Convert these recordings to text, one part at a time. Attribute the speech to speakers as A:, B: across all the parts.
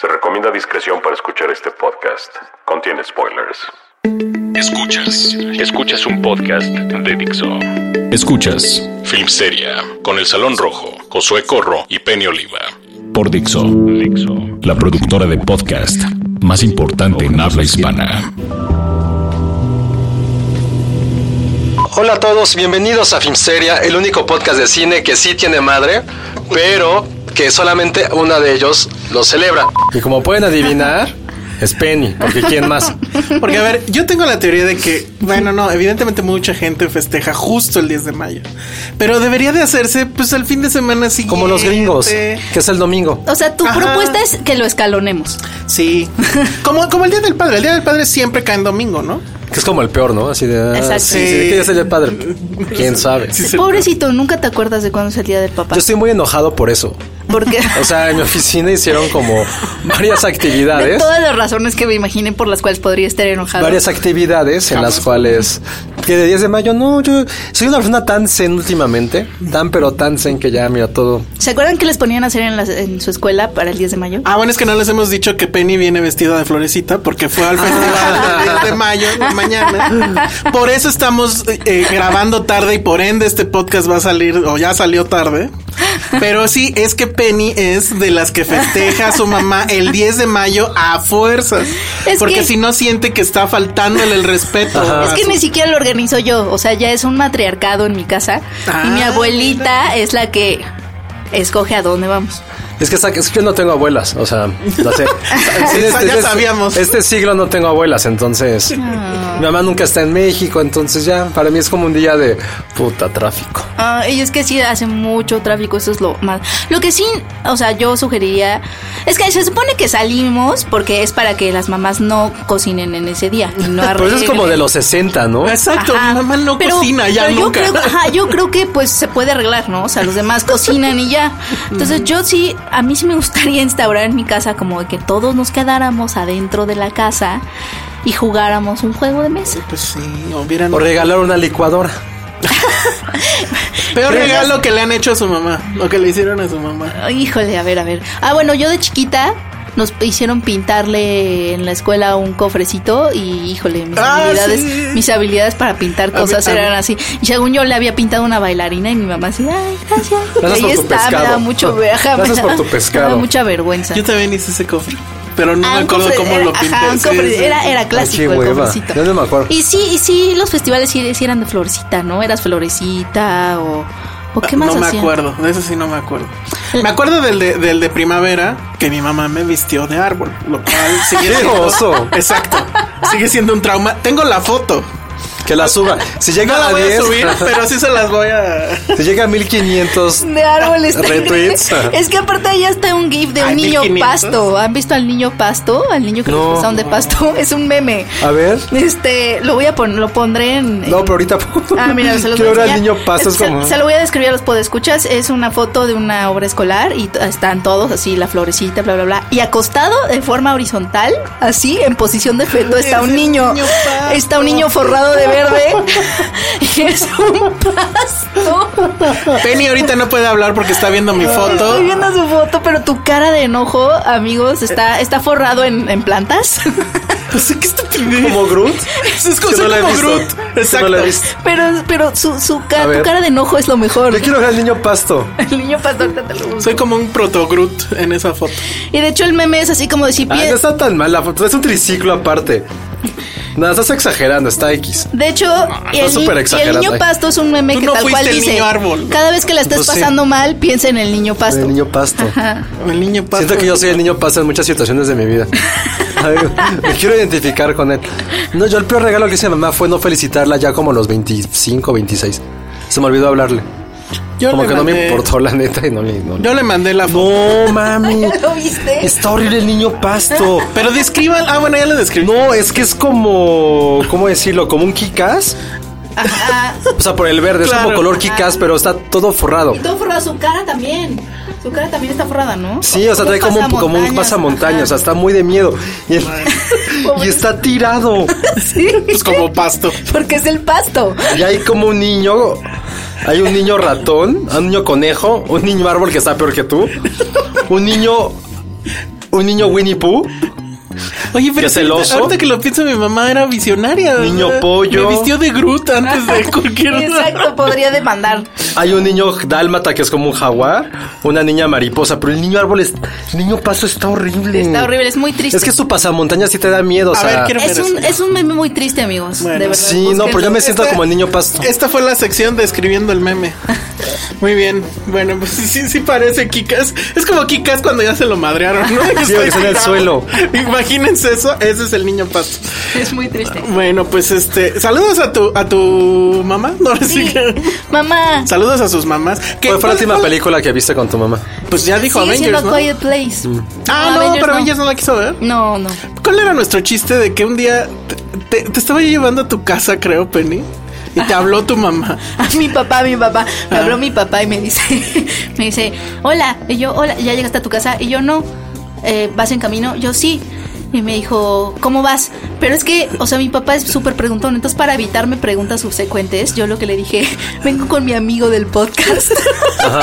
A: Se recomienda discreción para escuchar este podcast. Contiene spoilers.
B: Escuchas, escuchas un podcast de Dixo. Escuchas Filmsteria con El Salón Rojo, Josué Corro y Penny Oliva. Por Dixo, Dixo, la productora de podcast más importante en habla hispana.
C: Hola a todos, bienvenidos a Filmsteria, el único podcast de cine que sí tiene madre, pero que solamente una de ellos lo celebra. Y como pueden adivinar, es Penny, porque ¿quién más?
D: Porque, a ver, yo tengo la teoría de que, bueno, no, evidentemente mucha gente festeja justo el 10 de mayo. Pero debería de hacerse, pues, el fin de semana siguiente.
C: Como los gringos, que es el domingo.
E: O sea, tu
D: Ajá.
E: propuesta es que lo escalonemos.
D: Sí. Como, como el Día del Padre. El Día del Padre siempre cae en domingo, ¿no?
C: Que es como el peor, ¿no? Así de... ah,
E: Exacto.
C: Sí, ¿de qué día es el día del padre? ¿Quién sabe?
E: Pobrecito, nunca te acuerdas de cuándo es el día del papá.
C: Yo estoy muy enojado por eso.
E: Porque
C: O sea, en mi oficina hicieron como varias
E: de
C: actividades.
E: todas las razones que me imaginé por las cuales podría estar enojado.
C: varias actividades en las cuales que de 10 de mayo no yo soy una persona tan zen últimamente tan pero tan zen que ya mira todo
E: ¿Se acuerdan que les ponían a hacer en, las- en su escuela para el 10 de mayo?
D: Ah, bueno, es que no les hemos dicho que Penny viene vestida de florecita porque fue al festival del 10 de mayo de mañana. Por eso estamos eh, eh, grabando tarde y por ende este podcast va a salir o ya salió tarde. Pero sí, es que Penny es de las que festeja a su mamá el 10 de mayo a fuerzas.
E: Es
D: porque
E: que-
D: si no siente que está faltándole el respeto.
C: Ah,
E: Es
D: a
E: que
D: su-
E: ni siquiera lo organizo yo, o sea, ya es un matriarcado en mi casa y mi
D: Ah,
E: abuelita es la que escoge a dónde vamos.
C: es que, sa- es que yo no tengo abuelas o sea no sé Sí,
D: Esa ya sabíamos. Ah.
C: este siglo no tengo abuelas entonces mi mamá nunca está en México entonces ya para mí es como un día de puta tráfico
E: Ah, y es que sí hace mucho tráfico, eso es lo más. Lo que sí, o sea, yo sugeriría es que se supone que salimos porque es para que las mamás no cocinen en ese día y
C: pero
E: no
C: eso Pues es
E: arreglen.
C: como de los 60 no
D: Exacto,
E: Ajá.
D: mi mamá no
E: Pero-
D: cocina ya
E: pero
D: nunca.
E: Yo creo, ajá, yo creo que pues se puede arreglar, ¿no? O sea, los demás cocinan y ya. Entonces yo sí, a mí sí me gustaría instaurar en mi casa como de que todos nos quedáramos adentro de la casa y jugáramos un juego de mesa.
D: Pues sí, hubieran-
C: o regalar una licuadora
D: Peor regalo que le han hecho a su mamá, lo que le hicieron a su mamá.
E: Ay, Híjole, a ver, a ver. Ah, bueno, yo de chiquita nos hicieron pintarle en la escuela un cofrecito y híjole, mis
D: Ah,
E: habilidades,
D: sí.
E: mis habilidades para pintar
D: mí-
E: cosas
D: a mí-
E: eran así. Y según yo le había pintado una bailarina y mi mamá así, ay, gracias. Y
C: Gracias
E: ahí
C: por tu
E: está, me da
C: pescado.
E: mucho ajá, me
C: Gracias
E: da-
C: por tu pescado.
E: Me da mucha vergüenza.
D: Yo también hice ese cofre, pero no me
E: Ah, un
D: acuerdo
E: cofre-
D: cómo
E: era-
D: lo pinté.
E: ajá, un
D: sí,
E: cofre-
D: sí.
E: Era, eh, era clásico
C: qué
E: el
C: hueva.
E: cofrecito.
C: Yo no me acuerdo.
E: Y sí, y sí, los festivales sí, sí eran de florecita, ¿no? Eras florecita o, o qué más
D: Ah, no me
E: hacían?
D: acuerdo, de eso sí no me acuerdo. Me acuerdo del de, del de primavera que mi mamá me vistió de árbol, lo cual sigue
C: ¡Qué
D: siendo,
C: oso!
D: Exacto, sigue siendo un trauma. Tengo la foto,
C: que la suba si
D: no
C: llega
D: la
C: a
D: voy a
C: 10,
D: subir, pero sí se las voy a.
C: si llega a 1500
E: De árboles. está
C: Retweets.
E: increíble. Es que aparte ahí está un GIF de un
D: Ay,
E: niño
D: 1500.
E: pasto. ¿Han visto al niño pasto? Al niño que
C: No.
E: lo disfrazaron de pasto. Es un meme.
C: a ver
E: Este, lo voy a poner, lo pondré en.
C: No,
E: en-
C: pero ahorita.
E: Ah, mira, se los
C: Quiero
E: voy a
C: ver al
E: enseñar.
C: niño pasto, es
E: se,
C: como.
E: se lo voy a describir a los podescuchas. Es una foto de una obra escolar y t- están todos así, la florecita, bla, bla, bla. Y acostado de forma horizontal, así, en posición de feto, está
D: Es
E: un
D: el
E: niño.
D: niño pasto.
E: está un niño forrado de verde. y es un pasto.
D: Penny ahorita no puede hablar porque está viendo mi foto.
E: Estoy viendo su foto, pero tu cara de enojo, amigos, está, está forrado en, en plantas.
D: Pues, ¿qué estupidez?
C: Como Groot.
D: Eso es
C: Que no
D: soy
C: la he
D: como
C: visto.
D: Groot.
C: Que no
D: Exacto.
C: la he visto.
E: Pero, pero su, su ca-
C: A
E: tu
C: ver.
E: cara de enojo es lo mejor.
C: Yo quiero ver al niño pasto.
E: El niño pastor te lo busco.
D: Soy como un proto Groot en esa foto.
E: Y de hecho el meme es así como de si
C: Ay, no
E: piensas.
C: Ah, está tan mal la foto. Es un triciclo aparte. Nada, estás exagerando. Está X.
E: De hecho, y el,
C: súper
E: ni- y el
C: exagerado, eh.
E: niño
C: ay.
E: pasto es un meme
D: Tú
E: que
D: no
E: tal
D: fuiste
E: cual
D: el
E: dice.
D: niño árbol.
E: Cada vez que la estés
C: Pues sí.
E: pasando mal, piensa en el niño pasto.
C: El niño pasto.
D: El niño pasto.
C: Siento que yo soy el niño pasto en muchas situaciones de mi vida. Ay, Me quiero identificar con él. No, yo el peor regalo que hice a mamá fue no felicitarla ya como a los 25, 26. Se me olvidó hablarle.
D: Yo
C: como
D: le
C: que no me
D: mandé-
C: importó la neta y no le... No, le-
D: Yo le mandé la foto.
C: No, mami.
E: ¿Lo viste?
C: Está horrible el niño pasto.
D: Pero describan. Ah, bueno, ya le describí.
C: No, es que es como... ¿Cómo decirlo? Como un kikaz. O sea, por el verde. Es como
D: Claro.
C: color kikaz, pero está todo forrado.
E: Y todo forrado, su cara también. Su cara también está forrada, ¿no?
C: Sí, o sea, trae como, un- como un pasamontañas, o sea, está muy de miedo. Y, el- y está tirado.
E: ajá. Sí.
D: Pues como pasto.
E: Porque es el pasto.
C: Y hay como un niño, hay un niño ratón, un niño conejo, un niño árbol que está peor que tú, un niño, un niño Winnie Pooh.
D: Oye, pero
C: ¿Qué es el
D: ahorita-
C: oso?
D: ahorita que lo pienso, mi mamá era visionaria.
C: Niño
D: ¿verdad?
C: pollo.
D: Me vistió de Groot antes de cualquier otra.
E: Exacto, podría demandar.
C: Hay un niño dálmata que es como un jaguar, una niña mariposa, pero el niño árbol es, el niño paso está horrible.
E: Está horrible, es muy triste.
C: Es que su pasamontañas sí te da miedo, o
D: A
C: sea.
D: ver, quiero-
E: Es un, es un meme muy triste, amigos.
D: Bueno.
E: de verdad.
C: Sí, no, pero yo me siento
D: Esta-
C: como el niño pasto.
D: Esta fue la sección describiendo el meme. Muy bien. Bueno, pues sí, sí parece Kikas. Es como Kikas cuando ya se lo madrearon, ¿no?
C: Sí, que está en el suelo.
D: Imagínense eso, ese es el niño pasto.
E: Es muy triste.
D: Bueno, pues este, saludos a tu a tu mamá, no sí.
E: Sí. Mamá,
D: Saludos a sus mamás. Que
C: ¿Cuál fue la última película que viste con tu mamá?
D: Pues ya dijo
E: sigue siendo
D: Avengers, ¿no?
E: Quiet Place.
C: Mm.
D: Ah, no,
E: Avengers
D: pero
E: no.
D: Avengers no la quiso ver.
E: No, no.
D: ¿Cuál era nuestro chiste de que un día te, te- te estaba yo llevando a tu casa, creo, Penny? Y te habló tu mamá.
E: A mi papá, mi papá. Me habló mi papá y me dice, me dice, hola. Y yo, hola, ¿ya llegaste a tu casa? Y yo, no. Eh, ¿Vas en camino? Yo, sí. Y me dijo, ¿cómo vas? Pero es que, o sea, mi papá es súper preguntón. Entonces, para evitarme preguntas subsecuentes, yo lo que le dije, vengo con mi amigo del podcast.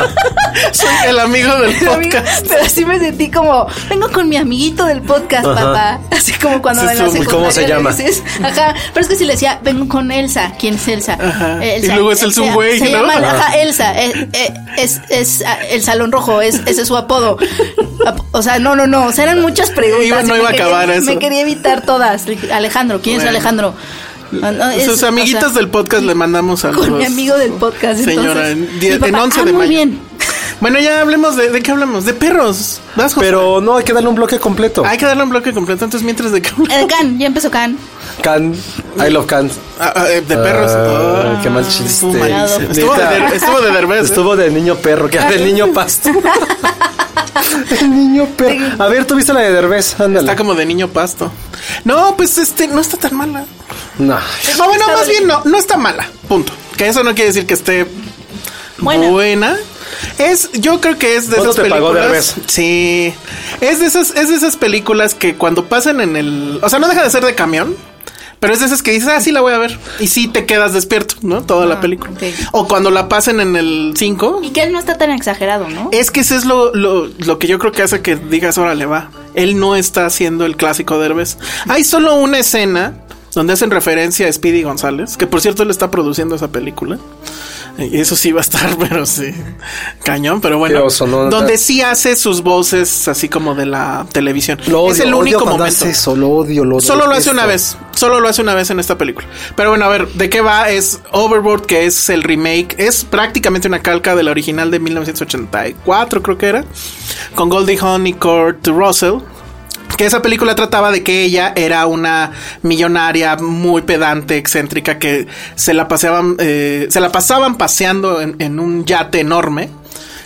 D: Soy el amigo del
E: Mi amigo-
D: podcast.
E: Pero así me sentí como, vengo con mi amiguito del podcast, papá. Así como cuando
D: Sí,
E: en la
D: estuvo muy-
E: secundaria
C: ¿cómo se
E: le
C: llama?
E: dices, ajá, pero es que si le decía, vengo con Elsa, ¿quién es Elsa?
D: Ajá.
E: Eh,
D: Y luego es el
E: eh, se-
D: Subway,
E: Se
D: ¿no? Ah.
E: llama, ajá, Elsa, eh, eh, es, es, ah, el Salón Rojo, es, ese es su apodo. Ap- O sea, no, no, no, o sea, eran muchas preguntas.
D: Iba-
E: y
D: no
E: me
D: iba a
E: quería-
D: acabar eso.
E: Me quería evitar todas. Le dije, Alejandro, ¿quién es
D: Bueno.
E: Alejandro? Ah, no, es- o
D: Sus
E: sea,
D: amiguitas del podcast le mandamos saludos.
E: Con mi amigo del podcast.
D: Señora,
E: entonces.
D: en, die-
E: Mi papá,
D: en 11
E: ah,
D: de
E: muy
D: mayo.
E: bien.
D: Bueno, ya hablemos de, ¿de qué hablamos, de perros. ¿Vas, José?
C: Pero no, hay que darle un bloque completo.
D: hay que darle un bloque completo entonces mientras de qué hablamos?
E: Eh, Can, ya empezó Can.
C: Can, I love Can.
D: Ah, ah, eh, de perros.
C: Ah,
D: Oh,
C: qué mal chiste.
D: estuvo malísimo.
C: Neta.
D: Estuvo de, der- estuvo de Derbez, ¿eh?
C: Estuvo de niño perro, que del niño pasto. El niño perro. A ver, tú viste la de Derbez, ándale.
D: Está como de niño pasto. No, pues este no está tan mala.
C: No.
D: No, Ah, bueno, más bien no, no está mala. Punto. Que eso no quiere decir que esté buena.
E: Buena.
D: Es, yo creo que es de
C: ¿Cuánto
D: esas
C: te pagó
D: películas.
C: Derbez?
D: sí. Es de esas, es de esas películas que cuando pasan en el. O sea, no deja de ser de camión. Pero es de esas que dices, ah, sí la voy a ver. Y sí te quedas despierto, ¿no? Toda la
E: Ah,
D: película.
E: ok.
D: O cuando la pasen en el 5.
E: Y que él no está tan exagerado, ¿no?
D: Es que ese es lo, lo, lo que yo creo que hace que digas, órale, va. Él no está haciendo el clásico Derbez. Hay solo una escena donde hacen referencia a Speedy González, que por cierto él está produciendo esa película. Y eso sí va a estar, pero sí. Cañón, pero
C: Qué
D: bueno.
C: oso, ¿no?
D: Donde sí hace sus voces así como de la televisión.
C: Lo odio,
D: es el
C: odio
D: único
C: cuando
D: momento.
C: hace Eso, lo odio, lo
D: Solo lo hace
C: detesto.
D: una vez. Solo lo hace una vez en esta película. Pero bueno, a ver, ¿de qué va? Es Overboard, que es el remake. Es prácticamente una calca de la original de 1984, creo que era. Con Goldie Hawn y Kurt Russell. Que esa película trataba de que ella era una millonaria muy pedante, excéntrica, que se la paseaban, eh, se la pasaban paseando en, en un yate enorme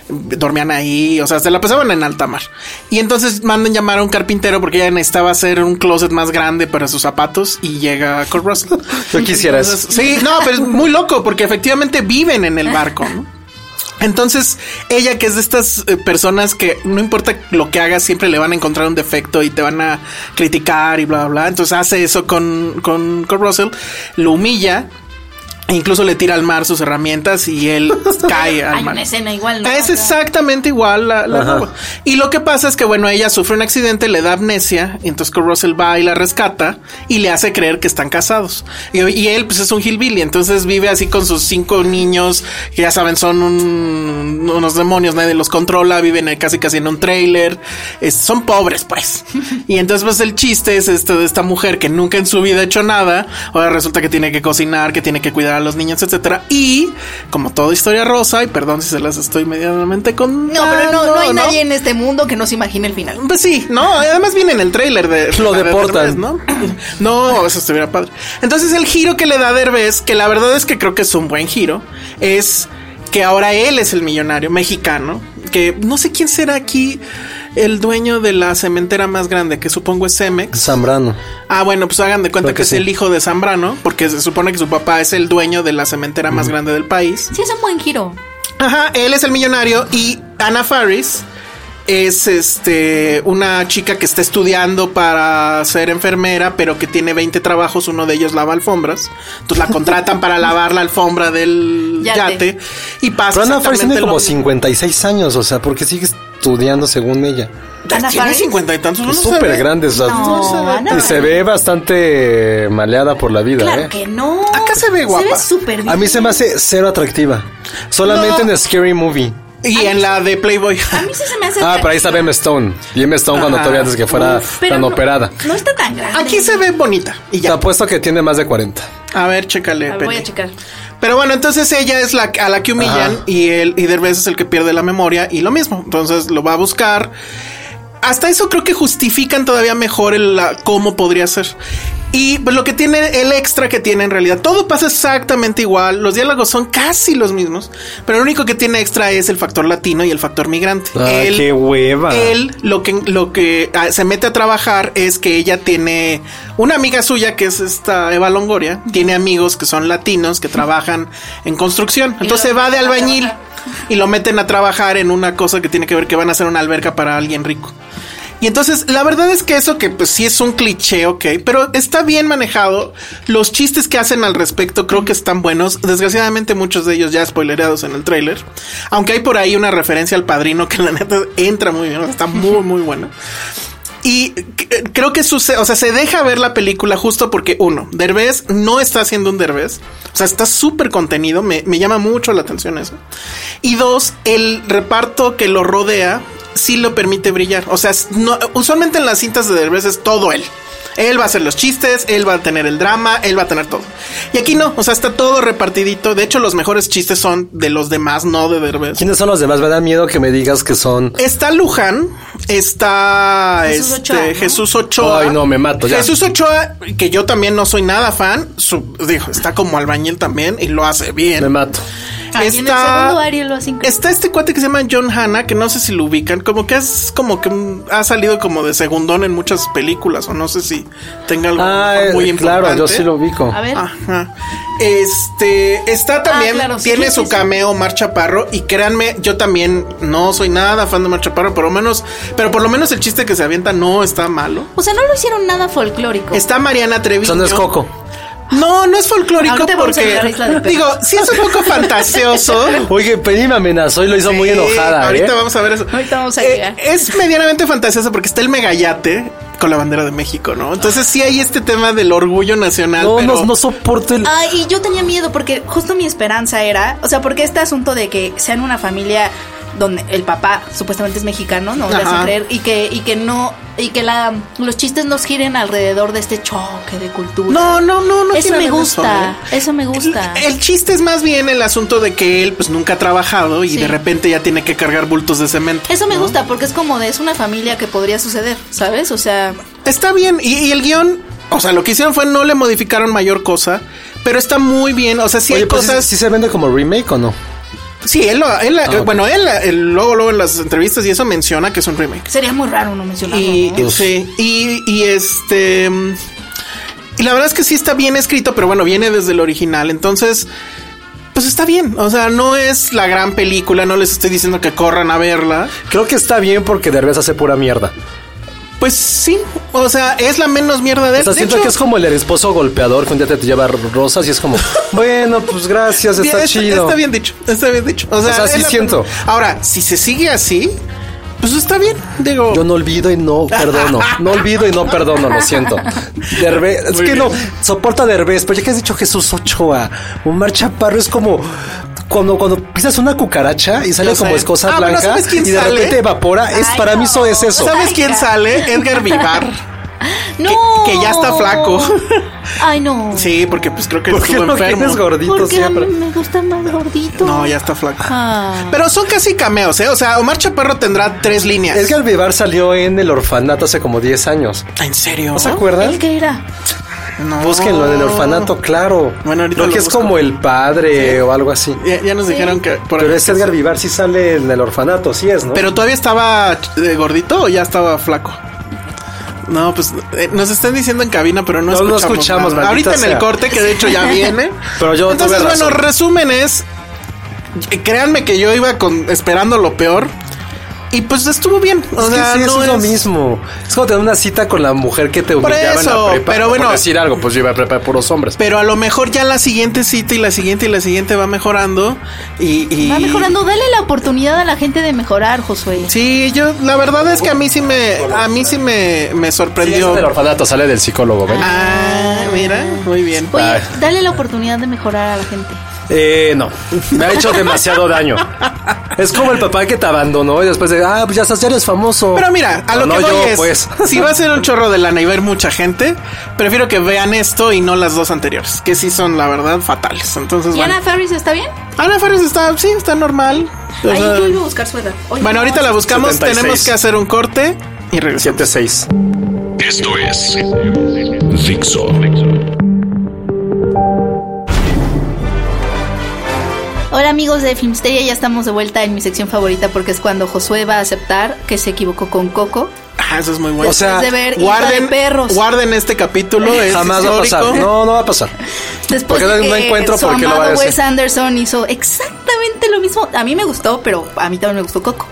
D: dormían ahí, o sea, se la pasaban en alta mar. Y entonces mandan llamar a un carpintero porque ella necesitaba hacer un closet más grande para sus zapatos y llega Kurt Russell.
C: Yo quisiera eso.
D: Entonces, Sí, no, pero es muy loco porque efectivamente viven en el barco, ¿no? Entonces, ella que es de estas eh, personas que no importa lo que hagas, siempre le van a encontrar un defecto y te van a criticar y bla, bla, bla. Entonces hace eso con, con, con Russell, lo humilla E Incluso le tira al mar sus herramientas y él cae al
E: Hay
D: mar.
E: una escena igual, ¿no?
D: Ah, Es
E: Acá.
D: exactamente igual la, la
C: Ajá.
D: nueva. Y lo que pasa es que, bueno, ella sufre un accidente, le da amnesia, y entonces que Russell va y la rescata y le hace creer que están casados. Y, y él, pues, es un hillbilly, entonces vive así con sus cinco niños, que ya saben, son un- unos demonios, nadie los controla, viven eh, casi casi en un trailer, es- son pobres, pues. Y entonces, pues, el chiste es este de esta mujer que nunca en su vida ha hecho nada, ahora resulta que tiene que cocinar, que tiene que cuidar a los niños, etcétera. Y, como toda historia rosa, y perdón si se las estoy medianamente con.
E: No, pero no, no hay nadie en este mundo que no se imagine el final.
D: Pues sí, no, además viene en el tráiler de
C: Lo
D: de
C: deportan.
D: Derbez, ¿no? No, eso estuviera padre. Entonces el giro que le da Derbez, que la verdad es que creo que es un buen giro, es que ahora él es el millonario mexicano, que no sé quién será aquí el dueño de la cementera más grande, que supongo es Cemex.
C: Zambrano.
D: Ah, bueno, pues hagan de cuenta
C: Creo
D: que,
C: que
D: es
C: sí.
D: el hijo de Zambrano, porque se supone que su papá es el dueño de la cementera más grande del país.
E: Sí, es un buen giro.
D: Ajá, él es el millonario y Ana Faris es este una chica que está estudiando para ser enfermera, pero que tiene 20 trabajos, uno de ellos lava alfombras. Entonces la contratan para lavar la alfombra del
E: Yate.
D: yate, y pasa
C: Pero Ana Faris tiene
D: exactamente
C: como
D: lo
C: 56 años, o sea, porque sigue estudiando según ella.
D: mismo.
E: Ana
D: Ah, Tiene
E: Faris.
D: 50 y tantos, Pues no
C: Es
D: se
C: súper
D: ve.
C: grande, o sea,
E: No, Ana
C: y se ve bastante maleada por la vida,
E: Claro
C: ¿eh?
E: que no.
D: Acá se ve
E: Se
D: guapa.
E: ve súper bien.
C: A mí se me hace cero atractiva. Solamente
D: No.
C: en Scary Movie.
D: Y en la de Playboy.
E: A mí sí se me hace.
C: Ah, pero ahí está Emma Stone. Y Emma Stone cuando
D: Ajá.
C: todavía antes que fuera
E: Pero
C: tan
E: no-
C: operada.
E: No está tan grande.
D: Aquí se ve bonita y
C: Te
D: ya.
C: apuesto que tiene más de 40.
D: A ver, chécale.
E: A ver, voy a
D: Penny.
E: checar.
D: Pero bueno, entonces ella es la a la que humillan
C: Ajá.
D: y él y Derbez es el que pierde la memoria y lo mismo. Entonces lo va a buscar. Hasta eso creo que justifican todavía mejor el la- cómo podría ser. Y pues, lo que tiene el extra que tiene en realidad, todo pasa exactamente igual, los diálogos son casi los mismos, pero lo único que tiene extra es el factor latino y el factor migrante.
C: Ah,
D: Él-
C: qué hueva.
D: Él lo que, lo que ah, se mete a trabajar es que ella tiene una amiga suya que es esta Eva Longoria, tiene amigos que son latinos que trabajan en construcción. Entonces
E: lo-
D: va de albañil
E: a
D: y lo meten a trabajar en una cosa que tiene que ver que van a hacer una alberca para alguien rico. Y entonces, la verdad es que eso que pues sí es un cliché, ok, pero está bien manejado. Los chistes que hacen al respecto creo que están buenos. Desgraciadamente muchos de ellos ya spoilereados en el tráiler. Aunque hay por ahí una referencia al padrino que la neta entra muy bien, está muy muy buena. Y c- creo que sucede, o sea, se deja ver la película justo porque, uno, Derbez no está haciendo un Derbez. O sea, está súper contenido, me, me llama mucho la atención eso. Y dos, el reparto que lo rodea sí lo permite brillar. O sea, es- no- usualmente en las cintas de Derbez es todo él. Él va a hacer los chistes, él va a tener el drama, él va a tener todo. Y aquí no, o sea, está todo repartidito. De hecho, los mejores chistes son de los demás, no de Derbez.
C: ¿Quiénes son los demás? Me da miedo que me digas que son.
D: Está Luján, está
E: Jesús
D: este,
E: Ochoa, ¿no?
D: Jesús Ochoa.
C: Ay, no, me mato, ya.
D: Jesús Ochoa, que yo también no soy nada fan, su- dijo, está como albañil también y lo hace
C: Me
D: bien.
C: mato.
E: Ahí en el segundo Ariel lo hace increíble.
D: Está este cuate que se llama John Hanna, que no sé si lo ubican, como que es como que mm, ha salido como de segundón en muchas películas, o no sé si tenga algo
C: Ah,
D: muy
C: eh,
D: importante.
C: claro, yo sí lo ubico.
E: A ver.
D: Ajá. Este está también,
E: Ah, claro, sí,
D: tiene
E: sí,
D: su
E: sí.
D: cameo Mar Chaparro. Y créanme, yo también no soy nada fan de Mar Chaparro, pero menos, pero por lo menos el chiste que se avienta no está malo.
E: O sea, no lo hicieron nada folclórico.
D: Está Mariana Treviño.
C: Son de Coco.
D: No, no es folclórico
E: Ahorita vamos a llegar a Isla de
D: porque
E: Perros.
D: digo, sí es un poco fantasioso.
C: Oye, Penny me amenazó y lo hizo muy
D: Sí,
C: enojada.
D: Ahorita
C: ¿eh?
D: vamos a ver eso.
E: Ahorita vamos a
D: Eh,
E: llegar.
D: es medianamente fantasioso porque está el megayate con la bandera de México, ¿no? Entonces sí hay este tema del orgullo nacional.
C: No,
D: pero...
C: no, no soporto
D: Ah,
C: el.
E: Ay, Ah, y yo tenía miedo porque justo mi esperanza era, o sea, porque este asunto de que sean una familia donde el papá supuestamente es mexicano, no le hacen
D: Ajá.
E: creer y que y que no y que la los chistes nos giren alrededor de este choque de cultura.
D: No, no, no, no.
E: eso
D: tiene nada
E: me
D: de
E: gusta,
D: ¿eh?
E: eso, me gusta.
D: El, el chiste es más bien el asunto de que él pues nunca ha trabajado y
E: Sí.
D: de repente ya tiene que cargar bultos de cemento.
E: eso me
D: ¿no?
E: gusta porque es como de es una familia que podría suceder, ¿sabes? O sea,
D: Está bien. Y, y el guión, o sea, lo que hicieron fue no le modificaron mayor cosa, pero está muy bien. O sea, sí
C: Oye,
D: hay
C: pues,
D: cosas.
C: ¿sí se vende como remake o no?
D: Sí, él, lo- él- eh,
C: Ah, ok.
D: bueno, él, él luego, luego en las entrevistas y eso menciona que es un remake.
E: sería muy raro no mencionarlo.
D: Y,
E: ¿no?
C: Uf.
D: sí, y, y este. mm, Y la verdad es que sí está bien escrito, pero bueno, viene desde el original. Entonces, pues está bien. O sea, no es la gran película. No les estoy diciendo que corran a verla.
C: Creo que está bien porque Derbez hace pura mierda.
D: Pues sí, o sea, es la menos mierda de
C: O sea,
D: de
C: siento
D: hecho,
C: que es como el esposo golpeador que un día te lleva rosas y es como, bueno, pues gracias, está
D: es-
C: chido.
D: Está bien dicho, está bien dicho. O sea,
C: sea,
D: es
C: sí
D: la-
C: siento.
D: Ahora, si se sigue así, pues está bien. Digo,
C: Yo no olvido y no perdono. No olvido y no perdono, lo siento. Derbez, es que no, soporta a Derbez, pero ya que has dicho Jesús Ochoa, Omar Chaparro es como cuando, cuando pisas una cucaracha y sale
D: Yo sé.
C: como escosa
D: Ah, pero
C: blanca
D: ¿sabes quién
C: y de
D: sale?
C: repente evapora, es
E: Ay,
C: para mí
E: no.
C: eso es eso.
D: ¿sabes quién
E: Ay,
D: sale? Edgar Vivar.
E: No.
D: que ya está flaco.
E: Ay, no.
D: Sí, porque pues creo que
C: ¿Por qué
D: estuvo
C: lo
D: enfermo.
C: tienes gordito
E: Porque a
C: siempre?
E: mí me gusta más gordito.
D: No, ya está flaco.
E: Ah.
D: Pero son casi cameos, ¿eh? O sea, Omar Chaparro tendrá tres líneas.
C: Edgar Vivar salió en el orfanato hace como 10 años.
D: ¿En serio?
C: ¿No se acuerdan?
E: ¿El que era?
D: No.
C: Búsquenlo en el orfanato, claro.
D: Bueno, ahorita
C: Creo que
D: lo
C: es
D: busco.
C: como el padre o algo así.
D: Ya, ya nos dijeron que por
C: Pero
D: ahí-
C: es Edgar Vivar, sí sale en el orfanato, sí es, ¿no?
D: Pero todavía estaba eh, gordito o ya estaba flaco. No, pues eh, nos están diciendo en cabina, pero no,
C: No, no
D: escuchamos.
C: escuchamos,
D: nada.
C: maldita
D: Ahorita en
C: sea.
D: el corte, que de hecho ya viene.
C: Pero yo tuve
D: Entonces, bueno,
C: razón.
D: resumen es. eh, Créanme que yo iba con esperando lo peor. Y pues estuvo bien. O
C: Es que
D: sea,
C: sí, eso
D: no
C: es, lo mismo. Es como tener una cita con la mujer que te
D: Por
C: humillaba en
D: eso,
C: la prepa.
D: pero bueno.
C: Por decir algo, pues yo iba a prepa de puros hombres.
D: Pero a lo mejor ya la siguiente cita y la siguiente y la siguiente va mejorando. Y, y-
E: Va mejorando. Dale la oportunidad a la gente de mejorar, Josué.
D: Sí, yo, la verdad es que a mí sí me, a mí sí me, me
C: Ese
D: sorprendió.
C: del orfanato sale del psicólogo, ¿ven?
D: Ah, mira, muy bien.
E: Oye,
C: Ay.
E: dale la oportunidad de mejorar a la gente.
C: Eh, no. Me ha hecho demasiado daño. Es como el papá que te abandonó y después de, ah, pues ya estás, ya eres famoso.
D: Pero mira, a lo
C: No,
D: que
C: yo,
D: voy es,
C: pues.
D: si va a ser un chorro de lana y ver mucha gente, prefiero que vean esto y no las dos anteriores, que sí son la verdad fatales. Entonces,
E: ¿Y
D: bueno.
E: Ana Ferris está bien?
D: Ana Ferris está, sí, está normal. O
C: Pues,
E: Ahí
C: ah,
D: sea,
E: yo iba a buscar su edad. Oye,
D: bueno,
E: no,
D: ahorita la buscamos,
C: 76.
D: tenemos que hacer un corte y regresamos.
C: 7-6.
B: Esto es Dixo.
E: Hola amigos de Filmsteria, ya estamos de vuelta en mi sección favorita porque es cuando Josué va a aceptar que se equivocó con Coco.
D: Ah, eso es muy bueno.
C: O sea,
E: de ver Isla
D: guarden,
E: de perros.
D: guarden este capítulo. Es
C: Jamás va a
D: histórico.
C: pasar. No, no va a pasar.
E: Después
C: Porque
E: de
C: no-
E: que
C: no encuentro
E: su
C: por qué lo
E: amado
C: va a decir.
E: Wes Anderson hizo exactamente lo mismo. A mí me gustó, pero a mí también me gustó Coco.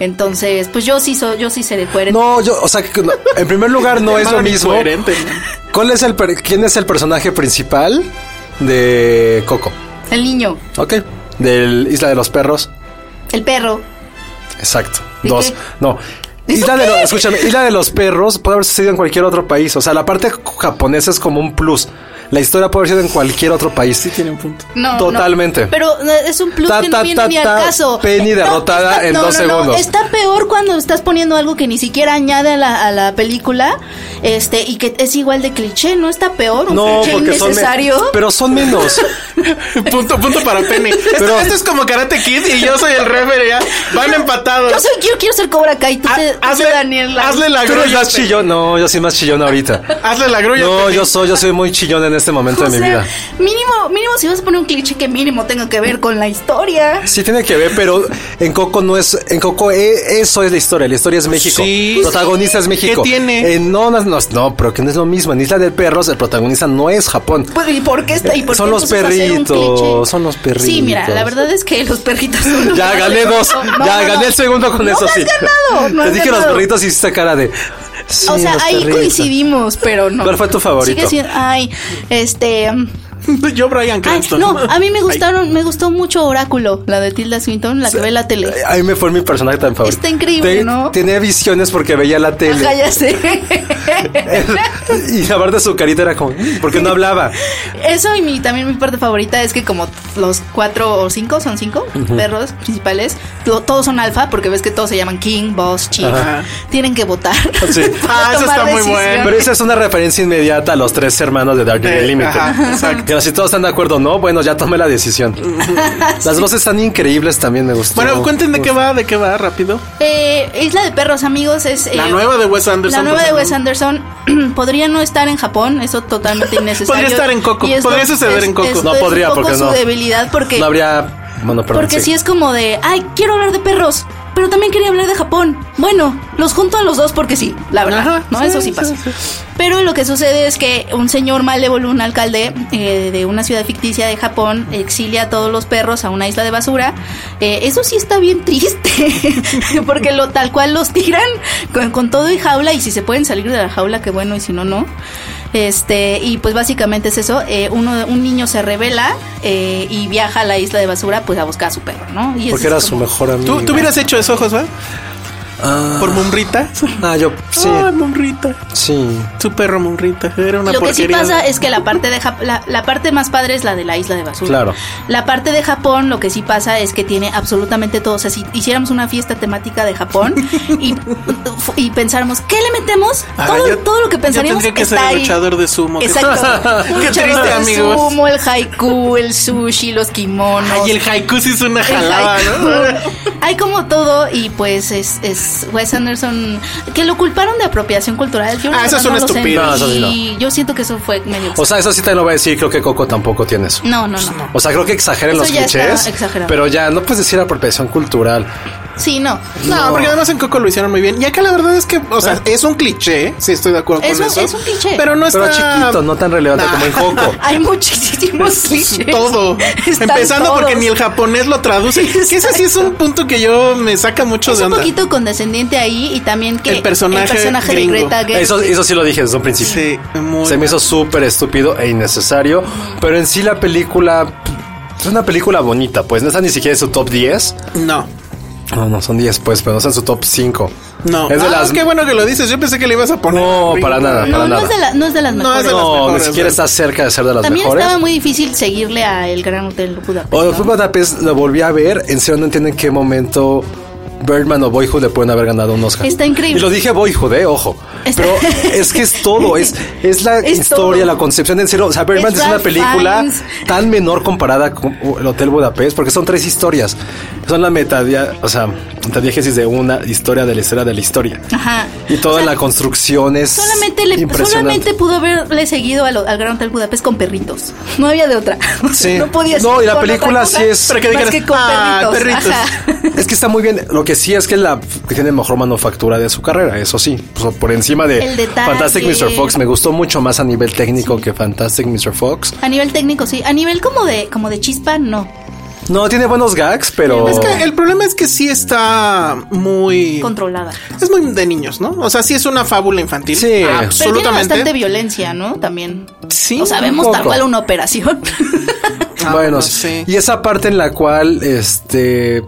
E: Entonces, pues yo sí soy, yo sí seré coherente.
C: No, yo, o sea, que no- en primer lugar no es lo
D: Hermano,
C: mismo.
D: incoherente, ¿no?
C: ¿Cuál es el, per- quién es el personaje principal de Coco?
E: El niño,
C: Ok. Del Isla de los Perros.
E: el perro.
C: Exacto.
E: ¿Y
C: Dos.
E: qué?
C: No.
E: ¿Eso
C: Isla de, los,
E: qué?
C: escúchame, Isla de los Perros puede haber sucedido en cualquier otro país. O sea, la parte japonesa es como un plus. La historia puede haber sido en cualquier otro país. Sí, tiene un punto.
E: No,
C: Totalmente.
E: no. Pero eh, es un plus
C: Ta,
E: que
C: ta,
E: no viene
C: ta,
E: ni al
C: ta,
E: caso.
C: Penny
E: Está-
C: derrotada en dos segundos.
E: Está peor cuando estás poniendo algo que ni siquiera añade a la, a la película, este, y que es igual de cliché, no está peor, un
C: no,
E: cliché
C: porque son. me-
E: innecesario.
C: Pero son menos.
D: punto, punto para Penny. Esto,
C: Pero-
D: esto es como Karate Kid y yo soy el referee. ya. Van empatados.
E: yo, soy, yo quiero ser Cobra Kai, tú,
D: Ha-
E: te, tú
D: hazle,
E: sé Daniel. Lai.
D: hazle la
C: Tú eres
D: grulla.
C: más chillón. No, yo soy más chillón ahorita.
D: Hazle la grulla.
C: No,
D: Penny.
C: yo soy, yo soy muy chillón en este momento
E: O
C: de mi
E: sea,
C: vida.
E: mínimo, mínimo si vas a poner un cliché que mínimo tenga que ver con la historia.
C: Sí tiene que ver, pero en Coco no es, en Coco e- eso es la historia, la historia es México,
D: Sí.
C: el protagonista es México.
D: ¿Qué tiene?
C: Eh, no, no, no, no, pero que no es lo mismo, en Isla de Perros el protagonista no es Japón.
E: Pues, ¿Y por qué está? ¿Y por
C: Son
E: qué
C: los
E: entonces hacer un
C: perritos,
E: cliché?
C: son los
E: Sí, mira,
C: perritos.
E: la verdad es que los perritos son los
C: Ya
E: más
C: gané dos,
E: ricos. No,
C: ya
E: no,
C: gané
E: no.
C: el segundo con
E: No
C: eso
E: me has
C: sí.
E: ganado, no
C: Te
E: has
C: dije los
E: ganado.
C: perritos y hiciste cara de. sí,
E: O sea,
C: los
E: ahí
C: perritos.
E: coincidimos, pero no.
C: ¿Cuál fue tu favorito?
E: Sigue siendo- ay, este. mm,
D: Yo, Brian
E: ay,
D: Cranston.
E: no, a mí me gustaron, me gustó mucho Oráculo, la de Tilda Swinton, la que ve en la tele.
C: A mí me fue mi personaje tan favorito.
E: Está increíble, ¿no?
C: Tenía visiones porque veía la tele.
E: Ajá, ya sé.
C: y la verdad su carita era como, "Mm", porque no hablaba.
E: Eso y mi, también mi parte favorita es que como los cuatro o cinco, son cinco perros principales, to- todos son alfa porque ves que todos se llaman King, Boss, Chief.
D: Ajá.
E: Tienen que votar.
C: Sí.
E: para
D: Ah, eso
E: tomar
D: está muy bueno.
E: decisiones.
C: Pero esa es una referencia inmediata a los tres hermanos de Dark
D: Eh,
C: Universe
D: ajá,
C: Limited.
D: exacto.
C: Pero si todos están de acuerdo, no, bueno, ya tomé la decisión. Las voces están increíbles también, me gustó.
D: Bueno, cuenten de qué
C: pues,
D: va, de qué va, rápido.
E: Eh, Isla de Perros, amigos, es...
D: La
E: eh,
D: nueva de Wes Anderson.
E: La nueva de
D: pues,
E: Wes Anderson podría no estar en Japón, eso totalmente innecesario.
D: Podría estar en Coco,
E: Y esto
D: podría suceder
E: es-
D: en Coco.
E: esto
C: No
E: es
C: podría,
E: un poco
C: porque
E: su
C: no.
E: debilidad porque
C: No habría. Bueno, perdón.
E: porque
C: sí.
E: si es como de, ay, quiero hablar de perros, pero también quería hablar de Japón. Bueno, los junto a los dos porque sí, la verdad,
D: Ajá,
E: ¿no?
D: sí,
E: Eso sí
D: sí,
E: pasa.
D: sí.
E: Pero lo que sucede es que un señor malévolo, un alcalde eh, de una ciudad ficticia de Japón, exilia a todos los perros a una isla de basura. Eh, eso sí está bien triste, porque lo, tal cual los tiran con, con todo y jaula, y si se pueden salir de la jaula, qué bueno, y si no, no. Este, y pues básicamente es eso, eh, uno, un niño se revela eh, y viaja a la isla de basura pues a buscar a su perro, ¿no? Y eso
C: Porque
E: es
C: era
E: como-
C: su mejor amigo.
D: ¿Tú, tú hubieras hecho eso, Josué?
C: Ah,
D: ¿Por Mumrita?
C: ah, yo sí,
D: Ay, Mumrita.
C: sí.
D: Su perro Mumrita. Era una
E: Lo que sí
D: porquería.
E: pasa es que la parte de Jap- la, la parte más padre es la de la isla de basura.
C: Claro.
E: La parte de Japón, lo que sí pasa es que tiene absolutamente todo. O sea, si hiciéramos una fiesta temática de Japón y, y pensáramos, ¿qué le metemos?
D: Ahora,
E: todo,
D: yo-
E: todo lo que
D: yo
E: pensaríamos
D: tendría que
E: está
D: ser el
E: ahí.
D: luchador de sumo. Qué
E: Exacto.
D: triste. Qué
E: Luchador
D: triste,
E: de
D: amigos.
E: sumo, el haiku, el sushi, los kimonos.
D: Ay, el haiku sí es una jalada,
E: Ay,
D: ¿no?
E: Hay como todo y pues es, es Wes Anderson que lo culparon de apropiación cultural. Yo, la
D: Ah, eso
E: verdad,
D: es una
E: lo sé.
D: estupidez.
C: No, eso sí
E: Y yo siento que eso fue medio.
C: O sea, eso sí te lo voy a decir, creo que Coco tampoco tiene eso.
E: no, no,
D: pues
E: no.
C: O sea, creo que exageren
E: Eso
C: los
E: ya está
C: clichés,
E: exagerado.
C: pero ya no puedes decir apropiación cultural.
E: Sí, no.
D: No, porque además en Coco lo hicieron muy bien. Y acá la verdad es que, o
C: Ah.
D: sea, es un cliché. Sí, estoy de acuerdo
E: Es
D: con
E: un-
D: eso.
E: es un cliché.
D: Pero no
C: Pero
D: está
C: chiquito, no tan relevante
D: Nah.
C: como en Coco.
E: Hay muchísimos clichés.
D: Todo.
E: Están
D: Empezando porque
E: todos.
D: ni el japonés lo traduce. Que ese sí es un punto que yo me saca mucho
E: Es
D: de
E: un
D: onda.
E: poquito condescendiente ahí y también que
D: El personaje
E: personaje de
D: gringo.
E: Greta Gerwig-
C: Eso, eso sí lo dije desde un principio.
D: Sí, muy
C: Se me hizo súper estúpido e innecesario, pero en sí la película es una película bonita, pues no está ni siquiera en su top 10.
D: No.
C: No, no son 10, pues, pero no está en su top 5.
D: No.
C: Es de
D: ah,
C: las-
D: qué bueno que lo dices. Yo pensé que le ibas a poner.
C: No,
D: Ringo.
C: para nada,
E: no,
C: para
E: no
C: nada.
E: es, de la- no es de las
D: No,
E: mejores.
D: es de las
C: no,
D: mejores,
C: ni siquiera
D: ¿verdad?
C: está cerca de ser de las
E: también
C: mejores.
E: estaba muy difícil seguirle a El Gran Hotel Budapest.
C: O
E: ¿no?
C: después Budapest lo volví a ver. En serio, no entiendo en qué momento Birdman o Boyhood le pueden haber ganado un Oscar.
E: Está increíble.
C: Y lo dije Boyhood, eh, ojo.
E: Está-
C: Pero es que es todo. Es, es la
E: Es
C: historia,
E: todo.
C: la concepción. En serio, o sea, Birdman
E: Es
C: es, una
E: Ralph
C: película
E: Fiennes.
C: tan menor comparada con el Hotel Budapest, porque son tres historias. Son la metadia, o sea, metadiégesis de una historia de la historia de la historia.
E: Ajá.
C: Y toda la construcción es.
E: Solamente, le,
C: impresionante.
E: solamente pudo haberle seguido al, al Gran Hotel Budapest con perritos. No había de otra. O sea,
C: Sí.
E: No podía
C: No,
E: ser
C: y la
E: con otra
C: película
E: cosa
C: sí es-
D: Para que
E: más
D: dijeras,
E: que con
D: "Ah,
E: perritos.
D: perritos".
E: Ajá.
C: Es que está muy bien. Lo que sí es que la que tiene mejor manufactura de su carrera, eso sí. Pues, por encima de
E: El detalle.
C: Fantastic Mr. Fox, me gustó mucho más a nivel técnico que Fantastic Mr. Fox.
E: A nivel técnico, sí. A nivel como de, como de chispa, no.
C: No, tiene buenos gags, pero.
D: Es que el problema es que sí está muy.
E: Controlada.
D: Es muy de niños, ¿no? O sea, sí es una fábula infantil.
C: Sí.
E: Ah, Pero tiene bastante
D: Absolutamente.
E: violencia, ¿no? También.
D: Sí,
E: O sea,
D: un
E: vemos tal
C: poco.
E: cual una operación.
D: Ah,
C: bueno,
D: no
C: sí.
D: sé.
C: Y esa parte en la cual este.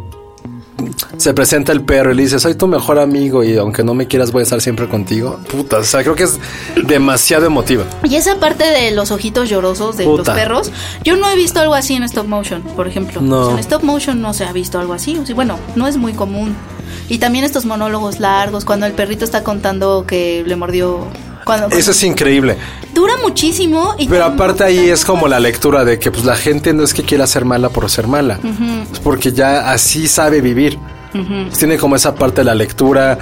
C: Se presenta el perro y le dice, soy tu mejor amigo y aunque no me quieras voy a estar siempre contigo. Puta, o sea, creo que es demasiado emotiva.
E: Y esa parte de los ojitos llorosos de
C: Puta.
E: los perros, yo no he visto algo así en stop motion, por ejemplo.
C: No.
E: O sea, en stop motion no se ha visto algo así. O sea, bueno, no es muy común. Y también estos monólogos largos, cuando el perrito está contando que le mordió. Cuando,
C: Eso es increíble.
E: Dura muchísimo. Y
C: Pero aparte ahí es como la lectura de que pues la gente no es que quiera ser mala por ser mala, es porque ya así sabe vivir. Pues, Tiene como esa parte de la lectura.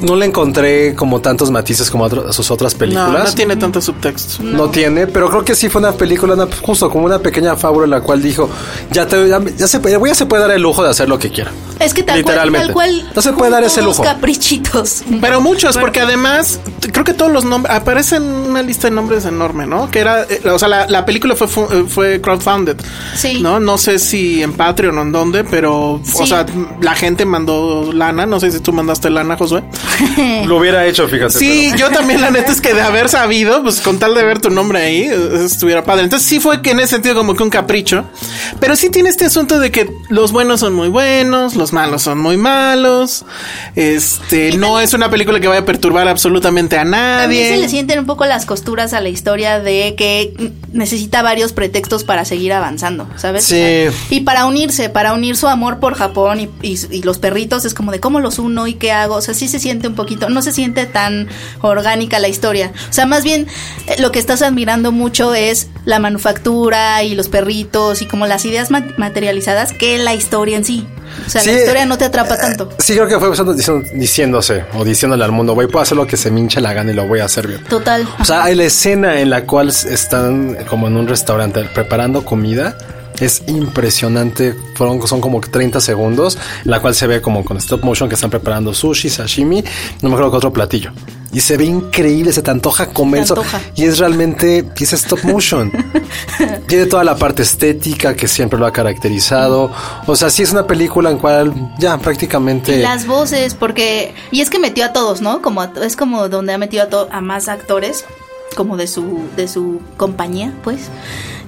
C: No le encontré como tantos matices como a otro- a sus otras
D: No,
C: películas.
D: no tiene tanto subtexto.
C: No tiene, pero creo que sí fue una película, una- justo como una pequeña fábula en la cual dijo, ya, te, ya, ya se, puede- ya se puede dar el lujo de hacer lo que quiera.
E: Es que tal cual,
C: Literalmente.
E: tal cual.
C: No se puede dar ese
E: todos
C: lujo.
E: caprichitos.
D: Pero muchos, porque además t- creo que todos los nombres aparecen una lista de nombres enorme, ¿no? Que era, eh, o sea, la, la película fue fu- eh, fue crowdfunded,
E: Sí.
D: ¿no? No sé si en Patreon o en dónde, pero o
E: Sí.
D: sea, la gente mandó lana, no sé si tú mandaste lana, Josué.
C: Lo hubiera hecho, fíjate.
D: Sí, yo también la neta es que de haber sabido, pues con tal de ver tu nombre ahí, eh, estuviera padre. Entonces sí fue que en ese sentido como que un capricho, pero sí tiene este asunto de que los buenos son muy buenos, los malos son muy malos. Este, no es una película que vaya a perturbar absolutamente a
E: También se le
D: nadie.
E: sienten un poco las costuras a la historia de que necesita varios pretextos para seguir avanzando, ¿sabes?
C: Sí.
E: Y para unirse, para unir su amor por Japón y, y- y los perritos, es como de cómo los uno y qué hago. O sea, sí se siente un poquito, no se siente tan orgánica la historia. O sea, más bien eh, lo que estás admirando mucho es la manufactura y los perritos y como las ideas ma- materializadas que la historia en sí. O sea, la
C: Sí. eh,
E: historia no te atrapa tanto.
C: Sí, creo que fue usando- diciendo- diciéndose o diciéndole al mundo, voy, puedo hacer lo que se me hincha la gana y lo voy a hacer bien.
E: Total.
C: O sea, hay la escena en la cual están como en un restaurante preparando comida. Es impresionante. Fueron, son como 30 segundos, la cual se ve como con stop motion que están preparando sushi, sashimi, no me acuerdo qué otro platillo. Y se ve increíble, se te antoja comer
E: Se
C: eso.
E: antoja.
C: Y es realmente, y es stop motion. Tiene toda la parte estética que siempre lo ha caracterizado. O sea, sí es una película en cual ya prácticamente...
E: Las voces, porque. Y es que metió a todos, ¿no? Como a- es como donde ha metido a, to- a más actores, como de su, de su compañía, pues.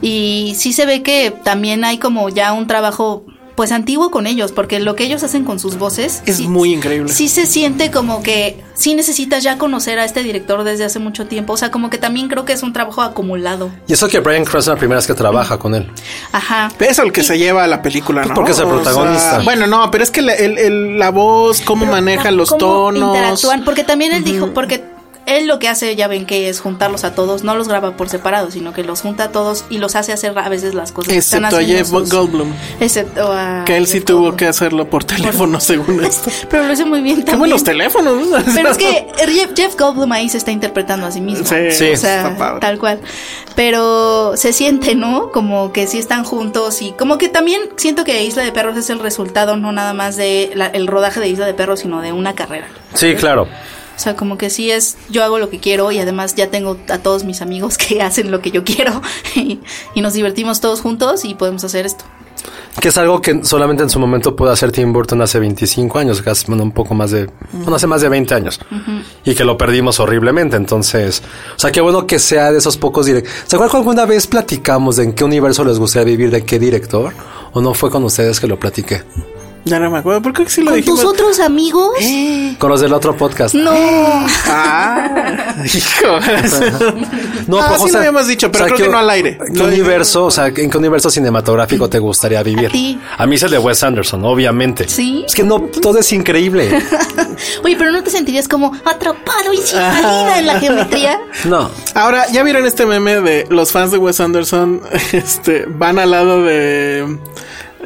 E: Y sí se ve que también hay como ya un trabajo, pues antiguo con ellos, porque lo que ellos hacen con sus voces.
D: Es
E: sí-
D: muy increíble.
E: Sí se siente como que sí necesitas ya conocer a este director desde hace mucho tiempo. O sea, como que también creo que es un trabajo acumulado.
C: Y eso que Brian Cranston es la primera vez que trabaja con él.
E: Ajá.
D: Es el que se lleva la película,
C: Pues
D: ¿no?
C: porque es el
D: O sea,
C: protagonista.
D: bueno, no, pero es que la, el- el- la voz, cómo manejan los
E: ¿Cómo
D: tonos.
E: Interactúan, porque también él dijo, porque él lo que hace, ya ven que es juntarlos a todos, no los graba por separado, sino que los junta a todos y los hace hacer a veces las cosas. que están
D: Excepto a
E: haciendo
D: Jeff
E: sus-
D: Goldblum,
E: Excepto a.
D: que él sí
E: Jeff
D: tuvo
E: Goldblum.
D: que hacerlo por teléfono, según esto.
E: Pero lo hace muy bien
D: Qué
E: también.
D: buenos teléfonos. ¿no?
E: Pero es que Jeff- Jeff Goldblum ahí se está interpretando a sí mismo.
D: Sí,
C: Sí.
E: O sea,
D: está padre.
E: tal cual. Pero se siente, ¿no? Como que sí están juntos y como que también siento que Isla de Perros es el resultado no nada más de la- el rodaje de Isla de Perros, sino de una carrera.
C: Sí, claro.
E: O sea, como que sí es, yo hago lo que quiero y además ya tengo a todos mis amigos que hacen lo que yo quiero y, y nos divertimos todos juntos y podemos hacer esto.
C: Que es algo que solamente en su momento pudo hacer Tim Burton hace 25 años, casi, bueno, un poco más de, bueno, hace más de 20 años. Y que lo perdimos horriblemente. Entonces, o sea, qué bueno que sea de esos pocos directores. ¿Se acuerdan que alguna vez platicamos de en qué universo les gustaría vivir, de qué director? ¿O no fue con ustedes que lo platiqué?
D: Ya no me acuerdo, ¿por qué sí lo
E: ¿Con
D: dijimos?
E: tus otros amigos?
C: Con los del otro podcast.
E: No.
D: Ah, hijo.
C: No,
D: Ah,
C: pues,
D: sí lo habíamos dicho, pero creo que
C: ¿qué-
D: no al aire.
C: ¿Qué
D: Lo-
C: universo, o sea, en qué universo cinematográfico te gustaría vivir?
E: A ti.
C: A mí es el de Wes Anderson, obviamente.
E: Sí.
C: Es que no, todo es increíble.
E: Oye, pero ¿no te sentirías como atrapado y sin salida en la geometría?
C: No.
D: Ahora, ¿ya vieron este meme de los fans de Wes Anderson? Este, van al lado de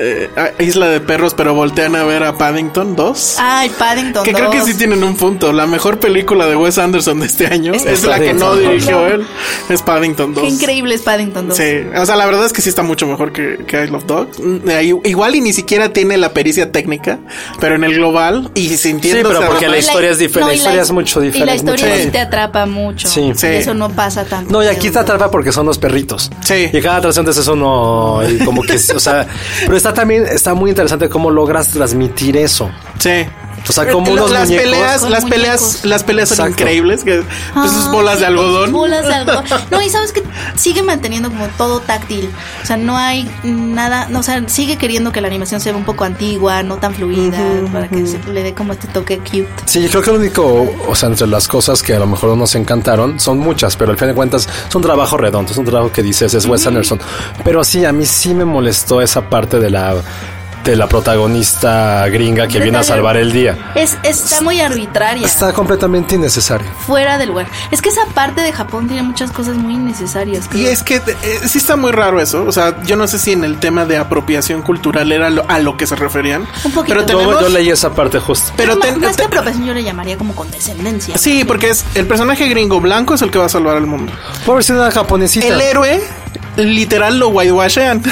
D: eh, a- Isla de Perros, pero voltean a ver a Paddington 2.
E: Ay, Paddington
D: que creo que
E: 2.
D: sí tienen un punto. La mejor película de Wes Anderson de este año es,
E: Es
D: la que no
C: Paddington dos.
D: dirigió él. Es Paddington 2.
E: Qué increíble es Paddington 2.
D: Sí, o sea, la verdad es que sí está mucho mejor que, que I Love Dogs. Mm, eh, i- Igual y ni siquiera tiene la pericia técnica, pero en el global y sintiendo.
C: Sí, pero porque
E: No,
C: la
E: y
C: historia es diferente,
E: no,
C: la
E: y
C: historia es mucho
E: Y la
C: diferente,
E: historia
D: mucho
E: sí
D: más.
E: te atrapa mucho.
C: Sí.
D: Sí.
E: Y eso no pasa tanto.
C: No, y aquí te atrapa porque son los perritos.
D: Sí.
C: Y cada atracción de eso no. Y como que, o sea, pero está también, está muy interesante cómo logras transmitir eso.
D: Sí.
C: O sea, como
D: Eh,
C: unos
D: las
C: muñecos.
D: peleas,
E: Con
D: las peleas,
E: muñecos.
D: las peleas son
C: Exacto.
D: increíbles, que pues, sus
E: Ay,
D: bolas de
E: con sus
D: algodón.
E: bolas de algodón. No, y sabes que sigue manteniendo como todo táctil. O sea, no hay nada. No, o sea, sigue queriendo que la animación sea un poco antigua, no tan fluida, para que se le dé como este toque cute.
C: Sí, yo creo que lo único, o sea, entre las cosas que a lo mejor no nos encantaron, son muchas, pero al fin de cuentas es un trabajo redondo, es un trabajo que dices, es Wes Anderson. Pero sí, a mí sí me molestó esa parte de la, de la protagonista gringa que viene a salvar el día.
E: Es, está muy arbitraria.
C: Está completamente innecesario.
E: fuera del lugar. Es que esa parte de Japón tiene muchas cosas muy innecesarias.
D: Y
E: creo.
D: es que eh, sí está muy raro eso. O sea, yo no sé si en el tema de apropiación cultural era lo- a lo que se referían.
E: Un poquito.
D: Pero
C: Yo,
D: tenemos.
C: yo leí esa parte justo.
D: pero
E: Más-
D: ten-
E: más que
D: ten-
E: apropiación yo le llamaría como condescendencia.
D: sí, porque es el personaje gringo blanco es el que va a salvar al mundo.
C: Pobrecita japonesita.
D: El héroe, literal, lo whitewashean.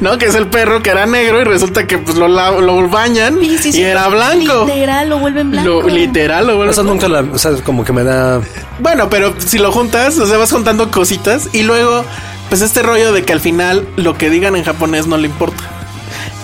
D: no, que es el perro que era negro y resulta que pues lo, la- lo bañan
E: Sí, sí, sí.
D: y era blanco.
E: Literal, lo vuelven blanco.
D: Lo, literal, lo vuelven
C: Eso nunca la, o sea, como que me da.
D: Bueno, pero si lo juntas, o sea, vas juntando cositas y luego, pues este rollo de que al final lo que digan en japonés no le importa.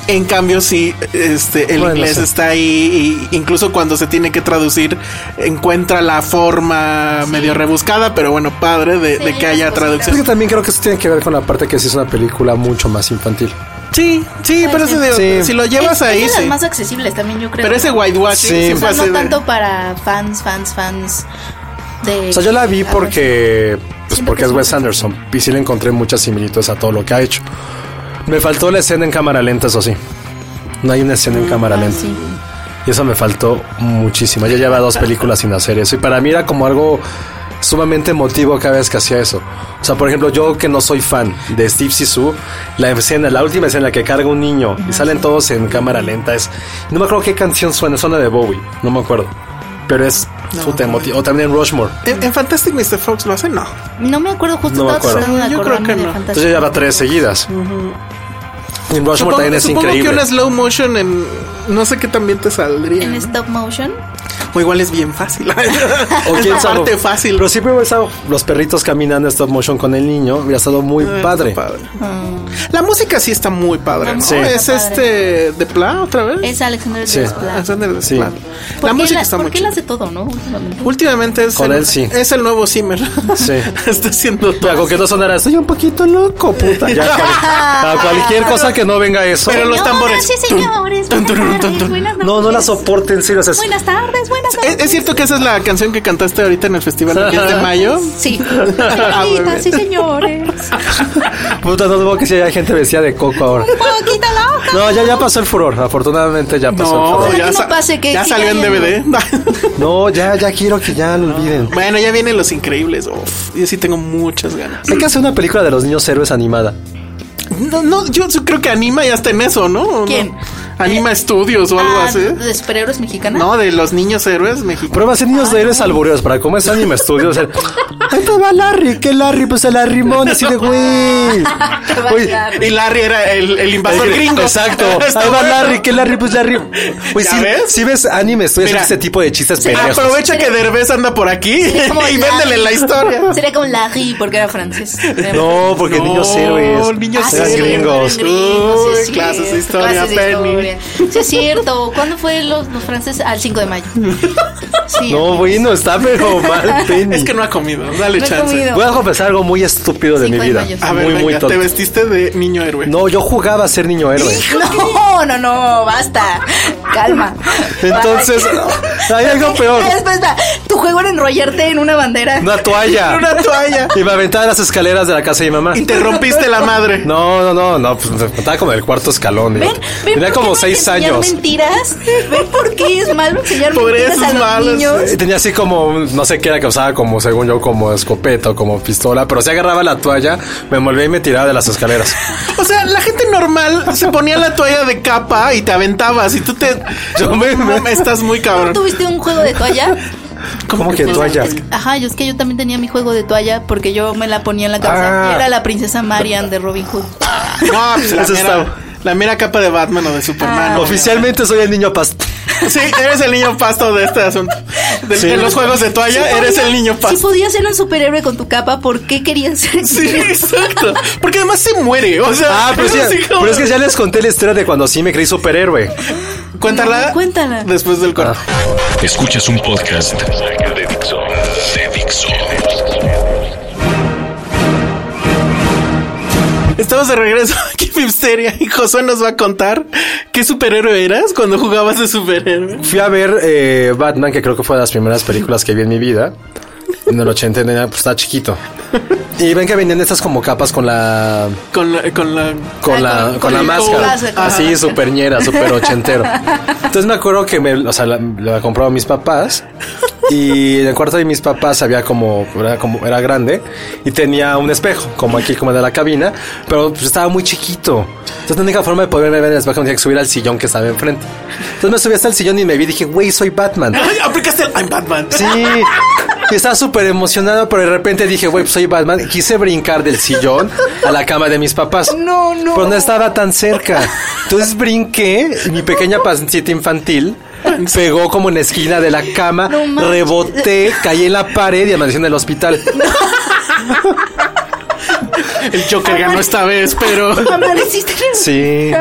D: En cambio, sí, este, el
C: Bueno,
D: inglés
C: sí.
D: está ahí, y incluso cuando se tiene que traducir, encuentra la forma medio rebuscada, pero bueno, padre de, de
E: Sí,
D: que haya
C: Es
E: las cositas.
C: que
D: traducción.
C: también creo que eso tiene que ver con la parte que sí es una película mucho más infantil.
D: Sí, sí, pero eso digo,
C: Sí.
D: si lo
E: Es-
D: llevas
E: es
D: ahí,
E: de las
D: sí.
E: más accesibles también, yo creo.
D: Pero ese
E: ¿no?
D: whitewashing
C: Pues Sí.
D: sí
E: O
D: fue
E: sea,
D: así
E: no
D: de-
E: tanto para fans, fans, fans de...
C: O sea, yo la vi porque, pues
E: Siento
C: porque
E: que
C: es
E: es
C: Wes
E: muy
C: Anderson y sí le encontré muchas similitudes a todo lo que ha hecho. Me faltó la escena en cámara lenta, eso sí. No hay una escena en cámara lenta.
E: sí.
C: Y eso me faltó muchísimo. Yo llevaba dos películas sin hacer eso. Y para mí era como algo sumamente emotivo cada vez que hacía eso. O sea, por ejemplo, yo que no soy fan de Steve Sisu, la escena, la última escena en la que carga un niño y salen todos en cámara lenta es... No me acuerdo qué canción suena, suena de Bowie, no me acuerdo. Pero es puta emotivo. O también en Rushmore.
D: ¿En, en Fantastic Mr. Fox lo hacen? No.
E: No me acuerdo, justo
C: No me
E: estaba
C: acuerdo.
E: tratando de
D: Yo creo
E: acordarme
D: que
E: de
D: no.
E: Fantastic.
C: Entonces ya lleva tres seguidas. En Rushmore
D: Supongo,
C: también es
D: supongo
C: increíble.
D: que una slow motion en. No sé qué también te saldría.
E: En
D: ¿no?
E: stop motion.
D: O igual es bien fácil.
C: O
D: es
C: quién
D: la
C: sabe.
D: parte fácil.
C: Pero siempre hubiera estado los perritos caminando en stop motion con el niño. Hubiera estado muy
D: Eh,
C: padre.
D: está La música sí está muy padre.
E: Mm. La
D: ¿no?
E: música
D: Es
E: está
D: este de Pla otra vez.
E: Es Alexander
C: Sí.
E: Desplat.
D: Alexander de
C: Sí.
D: Pla.
E: ¿Por
D: La
E: qué
D: música está
E: ¿Por
D: muy
E: qué
D: chida.
E: las de todo, no? Últimamente.
D: Últimamente es
C: Con
D: el,
C: él sí.
D: es el nuevo Zimmer.
C: Sí.
D: está haciendo
C: Pero
D: todo.
C: con que no sonara, estoy un poquito loco, puta. Ya,
E: Ah,
C: cual- a cualquier cosa que no venga eso.
D: Pero los
E: Señoras
D: tambores.
E: y señores,
D: Tun, tun,
E: buenas
D: tun, tun,
E: tardes, buenas
C: no, no la
E: noches.
C: soporto en serio. o sea, es-
E: Buenas tardes, buenas
D: ¿Es,
E: tardes.
D: es cierto que esa es la canción que cantaste ahorita en el festival del 10 de mayo?
E: Sí.
D: Ah, muy
E: Señoritas y señores.
C: puta, no dudo que si hay gente vestida de coco ahora.
E: Un poquito loca.
C: No, ya, ya pasó el furor. Afortunadamente ya pasó el
D: No,
C: furor.
E: que
D: ya,
E: no
D: sa-
E: pase, que-
D: ya
E: que
D: salió en
E: ya-
D: DVD.
C: No, ya, ya quiero que ya lo olviden.
D: bueno, ya vienen Los Increíbles. Uf, yo sí tengo muchas ganas.
C: Hay que hacer una película de los niños héroes animada.
D: No, no, yo sí creo que Anima ya está en eso, ¿no? ¿O no?
E: ¿Quién?
D: Anima Estudios o algo
E: Ah,
D: así.
E: ¿De superhéroes mexicanas?
D: No, de los niños héroes mexicanos.
C: Prueba hacer niños de héroes albureos para cómo es Anime Studio. O sea, ahí te va Larry, que Larry, pues el Larrimón, así de güey.
E: Te va a
C: Uy,
E: quedar.
D: Y Larry era el, el invasor gringo.
C: Exacto.
D: Está
C: Ahí va
D: bueno.
C: Larry, que Larry, pues Larry. Pues
D: ¿Ya
C: si,
D: ves?
C: si ves anime, estoy haciendo
D: Mira.
C: este tipo de chistes pendejos.
D: Aprovecha que Derbez anda por aquí
E: como
D: y véndele la historia.
E: Sería con Larry, porque era francés.
C: No, porque niños héroes.
E: Ah,
D: niños
C: eran
D: héroes.
C: gringos.
D: Uy,
E: Uy,
D: clases de historia, Penny.
E: Sí, es cierto. ¿Cuándo fue los, los franceses? Al 5 de mayo. Sí.
C: No, bueno, está pero mal, Penny.
D: Es que no ha comido, dale
E: No he
D: chance.
E: comido.
C: Voy a confesar algo muy estúpido de
E: Cinco
C: mi
E: de
C: vida.
E: mayo.
D: A ver,
C: muy,
D: venga,
C: muy
D: te
C: tonto.
D: vestiste de niño héroe.
C: No, yo jugaba a ser niño héroe.
E: No, no, no, basta. Calma.
C: Entonces, hay algo peor.
E: Ah, Después va. Tu juego era enrollarte en una bandera.
C: Una toalla.
D: Una toalla.
C: Y me aventaba a las escaleras de la casa de mi mamá.
D: Y te rompiste la madre.
C: No, no, no, no, pues me estaba como del cuarto escalón.
E: ¿Ven?
C: digo.
E: ¿Ven
C: Tenía
E: por
C: como
E: qué no hay que
C: seis
E: enseñar
C: años.
E: mentiras? ¿Ven por qué es malo enseñar
D: Por
E: mentiras
D: eso
E: a
D: es
E: los
D: malo,
E: niños?
D: sí.
C: Y eh, tenía así como, no sé qué era que usaba como, según yo, como escopeta o como pistola, pero si agarraba la toalla, me envolvía y me tiraba de las escaleras.
D: O sea, la gente normal se ponía la toalla de capa y te aventabas y tú te...
C: Yo me-
D: No, me estás muy
E: ¿Tú
D: cabrón.
E: ¿Tuviste un juego de toalla?
C: ¿Cómo que toalla?
E: Es que- ajá, yo es que yo también tenía mi juego de toalla porque yo me la ponía en la cabeza.
C: Ah.
E: Y Era la princesa Marian de Robin Hood.
D: No, pues la
C: Eso Ah.
D: mera,
C: está-
D: la mera capa de Batman o de Superman.
C: Oficialmente soy el niño pasto.
D: Sí, eres el niño pasto de este asunto. De,
C: Sí.
D: de los juegos de
E: Si
D: toalla, eres
E: podía-
D: el niño
E: Si
D: pasto.
E: podías ser un superhéroe con tu capa, ¿por qué querías ser?
D: Sí, exacto. Porque además se muere. O sea,
C: Ah, pero, sí,
D: así como-
C: pero es que ya les conté la historia de cuando sí me creí superhéroe.
D: Cuéntala.
E: No, cuéntala.
D: Después del corte.
C: Ah.
B: Escuchas un podcast de Dixo. De Dixo.
D: Estamos de regreso aquí en Filmsteria y Josué nos va a contar qué superhéroe eras cuando jugabas de superhéroe.
C: Fui a ver eh, Batman, que creo que fue de las primeras películas que vi en mi vida. En el 80 era- pues, estaba chiquito. Y ven que venían estas como capas con la
D: Con la, con la
C: con la, Ah, con la
D: el
C: máscara.
E: codazo, con la
C: Así,
E: máscara.
C: súper ñera, súper ochentero. Entonces me acuerdo que me, o sea, la, la compraron mis papás. Y en el cuarto de mis papás había como era, como, era grande y tenía un espejo, como aquí, como de la cabina, pero pues, estaba muy chiquito. Entonces, la única forma de poderme ver en el espejo tenía que subir al sillón que estaba enfrente. Entonces, me subí hasta el sillón y me vi y dije, güey, soy Batman.
D: Ay, aplicaste el I'm Batman.
C: Sí, y estaba súper emocionado, pero de repente dije, güey, pues soy Batman. Y Quise brincar del sillón a la cama de mis papás.
E: No, no.
C: Pero no estaba tan cerca. Entonces brinqué, y mi pequeña pancita infantil pegó como en la esquina de la cama,
E: No manches.
C: reboté, caí en la pared y amanecí en el hospital.
D: El Joker ganó esta vez, pero
E: Amaneciste en el-
C: Sí.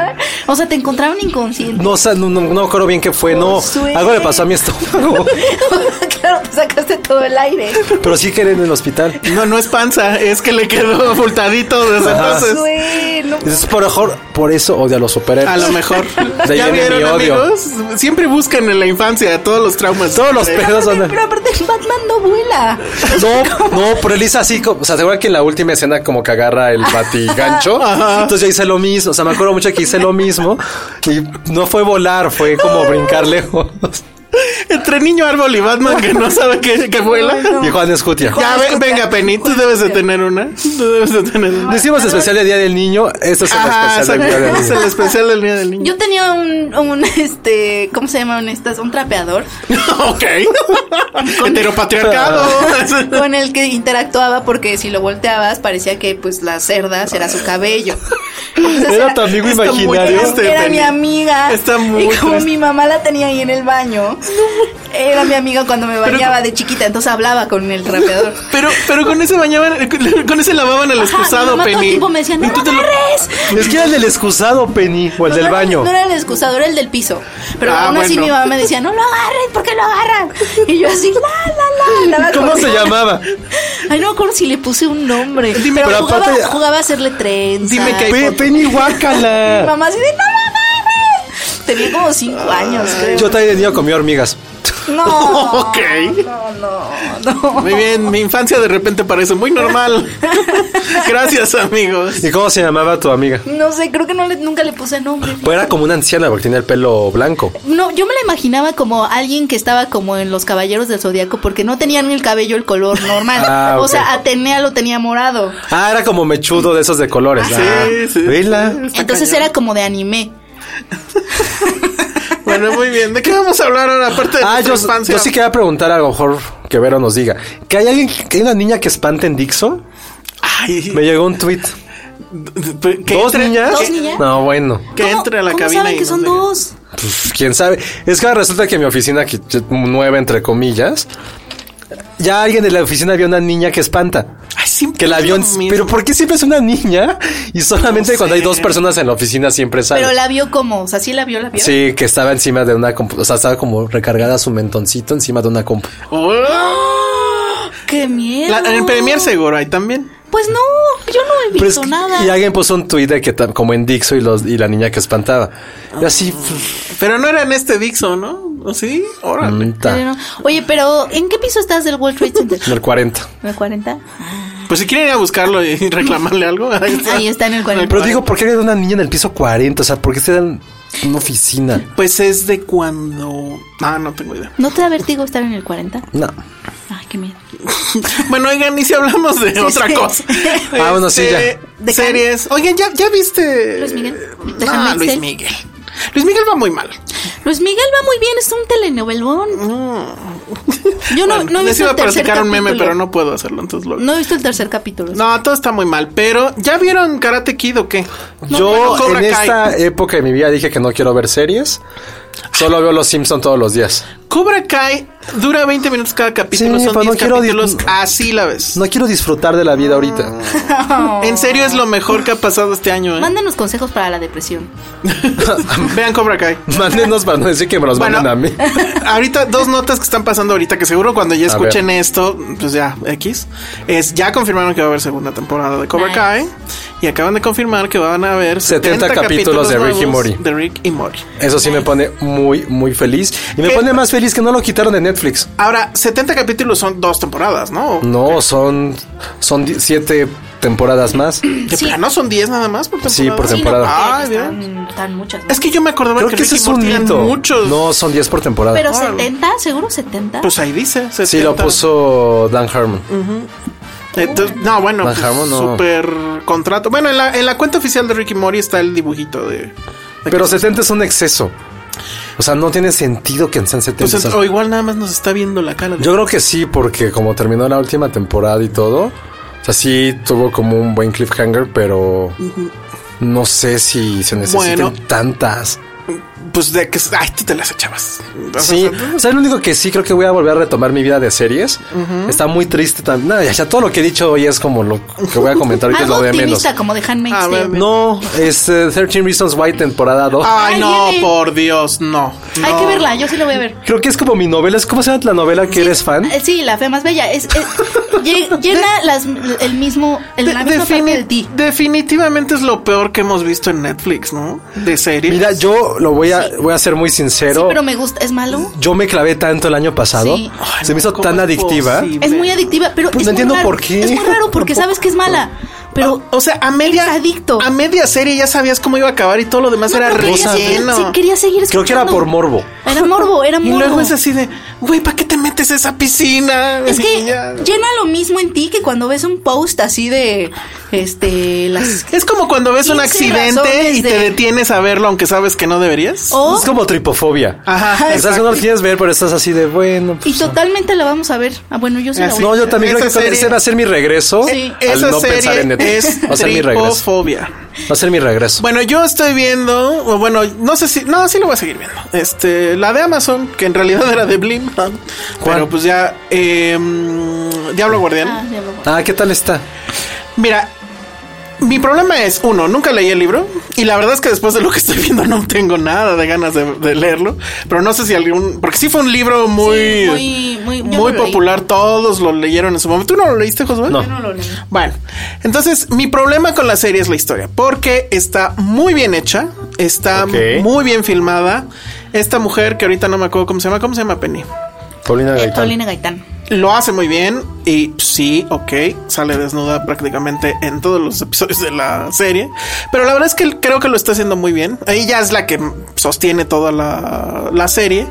E: O sea, te encontraron inconsciente.
C: No, o sea, no, no, no creo bien qué fue, no.
E: Josué.
C: Algo le pasó a mi estómago.
E: claro, te sacaste todo el aire.
C: Pero sí quedé en el hospital.
D: no, no es panza, es que le quedó abultadito desde entonces.
E: Güey, no.
C: Entonces, por, mejor- por eso odio a los superhéroes.
D: A lo mejor.
C: De ahí
D: ¿Ya
C: viene mi
D: vieron,
C: odio.
D: amigos? Siempre buscan en la infancia todos los traumas.
C: Todos los
D: Eh,
C: pedos son...
E: Pero aparte, Batman no vuela.
C: No, no, pero él hizo así, como- o sea, seguro que en la última escena como que agarra el batigancho. Entonces yo hice lo mismo, o sea, me acuerdo mucho que hice lo mismo y no fue volar, fue como brincar lejos.
D: Entre niño árbol y Batman que no sabe que, que vuela.
C: Y Juan Escutia.
D: Ya, ve- venga, Penny, tú debes de tener una. Tú debes de tener una.
C: Decimos especial de Día del Niño. Este es el
D: Ajá,
C: especial del Día del
D: exacto, es
C: Niño.
D: el especial del día del niño.
E: Yo tenía un, un, este, ¿cómo se llaman estas? Un trapeador
D: ok. Heteropatriarcado.
E: con el que interactuaba porque si lo volteabas parecía que pues las cerdas era su cabello. Entonces,
C: Era tu amigo
E: está muy
C: imaginario.
E: triste, Era mi amiga.
D: Está muy
E: y como
D: triste.
E: mi mamá la tenía ahí en el baño, era mi amiga cuando me bañaba de chiquita, entonces hablaba con el trapeador.
D: pero, pero con ese bañaban, con ese lavaban el
E: Ajá, Ah, mi
D: excusado,
E: mamá todo el
D: Penny.
E: tiempo me decía, no
D: Y tú
E: lo
D: te lo-
E: agarres.
C: Es que era el del excusado, Penny, o el
E: No,
C: del
E: no era-
C: baño.
E: No era el excusador, era el del piso. Pero
D: Ah,
E: aún así
D: bueno.
E: mi mamá me decía, no lo agarren, ¿por qué lo agarran? Y yo así, la, la, la. andaba
C: ¿Cómo
E: con-
C: se llamaba?
E: Ay, no me acuerdo si le puse un nombre.
C: Dime,
E: pero,
C: pero
E: jugaba,
C: aparte-
E: jugaba a hacerle trenza.
D: Dime que hay-
C: Pe- Penny
E: Mi
C: Guácala.
E: mamá así de, no lo agarren. Tenía como cinco años, creo.
C: Yo también de niño comía hormigas.
E: No,
D: Ok.
E: no, no, no.
D: Muy bien, mi infancia de repente parece muy normal. Gracias, amigos.
C: ¿Y cómo se llamaba tu amiga?
E: No sé, creo que no le, nunca le puse nombre.
C: Pues era como una anciana porque tenía el pelo blanco.
E: No, yo me la imaginaba como alguien que estaba como en los caballeros del zodiaco porque no tenían el cabello el color normal.
C: Ah, ok.
E: O sea, Atenea lo tenía morado.
C: Ah, era como mechudo de esos de colores.
D: Sí,
C: Ah,
D: sí.
C: vela.
E: Entonces era como de anime.
D: Bueno, muy bien. ¿De qué vamos a hablar ahora? Aparte de
C: Ah,
D: nuestra
C: yo,
D: infancia.
C: yo sí quería preguntar a lo mejor que Vero nos diga. ¿Que hay alguien, que hay una niña que espante en Dixo?
D: Ay,
C: Me llegó un tweet.
D: que
C: ¿Dos
D: entre-
C: niñas?
E: ¿Dos niñas?
C: No, bueno.
D: Que
E: ¿Cómo-
D: entre a la
E: cómo
D: cabina
E: saben
D: y nos
E: que son
D: diga.
E: dos?
C: Pff, quién sabe. Es que ahora resulta que en mi oficina, que que- nueva entre comillas, ya alguien de la oficina vio una niña que espanta.
D: Ay, siempre
C: Que el
D: es lo
C: avión.
D: mismo.
C: Pero ¿por qué siempre es una niña? Y solamente
D: No
C: cuando hay
D: sé.
C: dos personas en la oficina siempre sale.
E: Pero la vio como, o sea, sí la vio, la vio.
C: Sí, que estaba encima de una compu, o sea, estaba como recargada su mentoncito encima de una compu.
D: Oh.
E: ¡Qué miedo!
D: La- en Premier seguro hay también.
E: Pues no, yo no he
C: Pero es
E: visto
C: que-
E: nada.
C: Y alguien puso un tuit de que tam- como en Dixo y los y la niña que espantaba. Y así,
E: Ah.
C: pff,
D: Pero no era en este Dixon, ¿no? ¿O sí? Órale.
C: ta,
E: Pero no. Oye, pero ¿en qué piso estás del World Trade Center?
C: en el 40.
E: ¿En el 40?
D: Pues si quieren ir a buscarlo y reclamarle algo. Ahí está.
E: Ahí está en el 40.
C: Pero digo, ¿por qué hay una niña en el piso 40? O sea, ¿por qué se dan una oficina?
D: Pues es de cuando... Ah, no tengo idea.
E: ¿No te da vértigo estar en el 40?
C: No.
E: Ay, qué miedo.
D: Bueno, oigan, y si hablamos de otra
E: sí.
D: cosa.
C: Ah, bueno, sí, ya.
D: Este,
E: ¿De
D: Series. Oigan, ¿ya, ya viste?
E: Luis Miguel. De
D: No,
E: Handmaid's
D: Luis
E: Tale.
D: Miguel. Luis Miguel va muy mal.
E: Luis Miguel va muy bien, es un telenovelón. Yo no,
D: Mm. Bueno,
E: no he
D: les
E: visto
D: iba
E: el
D: a
E: tercer
D: platicar un meme,
E: capítulo.
D: pero no puedo hacerlo, entonces lo...
E: No he visto el tercer capítulo.
D: No, todo está muy mal, pero ¿ya vieron Karate Kid o qué?
C: Yo
D: Bueno, Cobra
C: en
D: Kai.
C: esta época de mi vida dije que no quiero ver series. Solo veo Los Simpson todos los días.
D: Cobra Kai dura 20 minutos cada capítulo,
C: Sí,
D: son
C: pero no
D: 10
C: quiero
D: capítulos,
C: dis-
D: así la ves.
C: No quiero disfrutar de la vida ahorita.
E: Ah.
D: En serio es lo mejor que ha pasado este año, ¿eh?
E: Mándanos consejos para la depresión.
D: Vean Cobra Kai.
C: Mándenos para no decir que me los
D: Bueno,
C: manden a mí.
D: ahorita dos notas que están pasando ahorita que seguro cuando ya
C: A ver.
D: escuchen esto, pues ya X, es ya confirmaron que va a haber segunda temporada de Cobra
E: Nice.
D: Kai y acaban de confirmar que van a haber
C: 70 capítulos de Rick y
D: nuevos
C: Morty.
D: De Rick y Morty.
C: Eso sí me pone muy, muy feliz. Y me
D: ¿Qué?
C: pone más feliz que no lo quitaron de Netflix.
D: Ahora, 70 capítulos son dos temporadas, ¿no?
C: No, son, son di- siete temporadas más.
D: ¿De
E: Sí.
D: plano son 10 nada más por temporada?
C: Sí, por temporada.
D: Ah,
E: porque
D: bien.
E: están, están muchas. ¿no?
D: Es que yo me acordaba
C: Creo
D: que,
C: que
D: Rick
C: ese
D: y
C: es un
D: Morty eran
C: mito.
D: muchos.
C: No, son diez por temporada.
E: Pero
D: Órale.
E: 70, seguro 70.
D: Pues ahí dice. 70.
C: sí, lo puso Dan Harmon.
D: Mm. Entonces, no, bueno, pues,
C: Manhattan, no.
D: super contrato. Bueno, en la, en la cuenta oficial de Ricky Mori está el dibujito de. de
C: Pero
D: que-
C: 70 es un exceso. O sea, no tiene sentido que sean 70.
D: Pues, o igual nada más nos está viendo la cara. de-
C: Yo creo que sí, porque como terminó la última temporada y todo, o sea, sí tuvo como un buen cliffhanger, pero no sé si se necesitan
D: Bueno.
C: tantas.
D: Pues de que. Ay, tú te las echabas. O sea,
C: Sí, o sea, lo único que sí creo que voy a volver a retomar mi vida de series. Está muy triste también. Nada, ya todo lo que he dicho hoy es como lo que voy a comentar ahorita es
E: Algo
C: lo de menos.
E: optimista como de Handmaid's
D: A ver,
E: Tale.
C: No, es eh, 13 Reasons Why temporada 2.
D: Ay,
E: Ay,
D: no,
E: viene.
D: por Dios, no.
E: Hay
D: no.
E: que verla, yo sí la voy a ver.
C: Creo que es como mi novela. ¿Cómo se llama la novela que eres fan?
E: Eh, Sí, la fe más bella. Es, es- lle- llena las, el mismo, el,
D: De-
E: la misma parte
D: defini-
E: de ti.
D: definitivamente es lo peor que hemos visto en Netflix, ¿no? De series.
C: Mira, yo lo voy a, voy a ser muy
E: Sí,
C: sincero.
E: pero me gusta, es malo.
C: Yo me clavé tanto el año pasado.
E: Sí.
D: Ay,
C: se me
D: no,
C: hizo
D: ¿cómo
C: tan
D: es
C: adictiva.
D: posible?
E: Es muy adictiva, pero
C: Pues
E: es
C: no
E: muy
C: entiendo
E: raro.
C: por qué.
E: Es muy raro porque sabes que es mala, pero
D: O sea, a media.
E: eres adicto.
D: A media serie ya sabías cómo iba a acabar y todo lo demás
E: No,
D: era
E: pero quería
D: relleno.
E: seguir- sí, quería seguir
C: Creo que era
E: escuchando.
C: por morbo.
E: Eh, Era morbo, era
D: Y
E: morbo.
D: luego es así de, güey, ¿para qué te metes a esa piscina?
E: Es que
D: niña?
E: llena lo mismo en ti que cuando ves un post así de este las
D: Es como cuando ves un
E: 15
D: accidente
E: razones
D: y
E: de- Oh,
D: te detienes a verlo aunque sabes que no Ah, deberías.
E: o
F: Es como tripofobia.
D: Ajá,
F: Quizás no lo quieres ver, pero estás así de bueno. pues
E: y totalmente la vamos a ver. Ah, bueno, yo sí la
D: Así.
E: voy a
F: No, yo también creo
D: Esa
F: que también
D: serie-
F: ese va a ser mi regreso.
E: Sí.
F: Al
D: Esa
F: no
D: serie
F: pensar en Netflix.
D: es
F: Va a ser mi regreso.
D: tripofobia.
F: Va a ser mi regreso.
D: Bueno, yo estoy viendo, o bueno, no sé si, no, sí lo voy a seguir viendo. Este, la de Amazon, que en realidad era de Blim, pero pues ya, eh, Diablo Guardián.
E: Ah, ya lo-
F: Ah, ¿qué tal está?
D: Mira, mi problema es, uno, nunca leí el libro y la verdad es que después de lo que estoy viendo no tengo nada de ganas de, de leerlo, pero no sé si algún, porque sí fue un libro muy,
E: Sí, muy- muy- yo
D: muy
E: no lo leí.
D: popular, todos lo leyeron en su momento. ¿Tú no lo leíste, Josué?
F: No.
E: yo no lo leí.
D: Bueno, entonces mi problema con la serie es la historia, porque está muy bien hecha, está
F: Ok.
D: muy bien filmada. Esta mujer que ahorita no me acuerdo cómo se llama, ¿cómo se llama Penny?
F: Paulina
E: Eh,
F: Gaitán.
E: Paulina Gaitán.
D: Lo hace muy bien y sí, ok, sale desnuda prácticamente en todos los episodios de la serie, pero la verdad es que creo que lo está haciendo muy bien. Ella es la que sostiene toda la, la serie.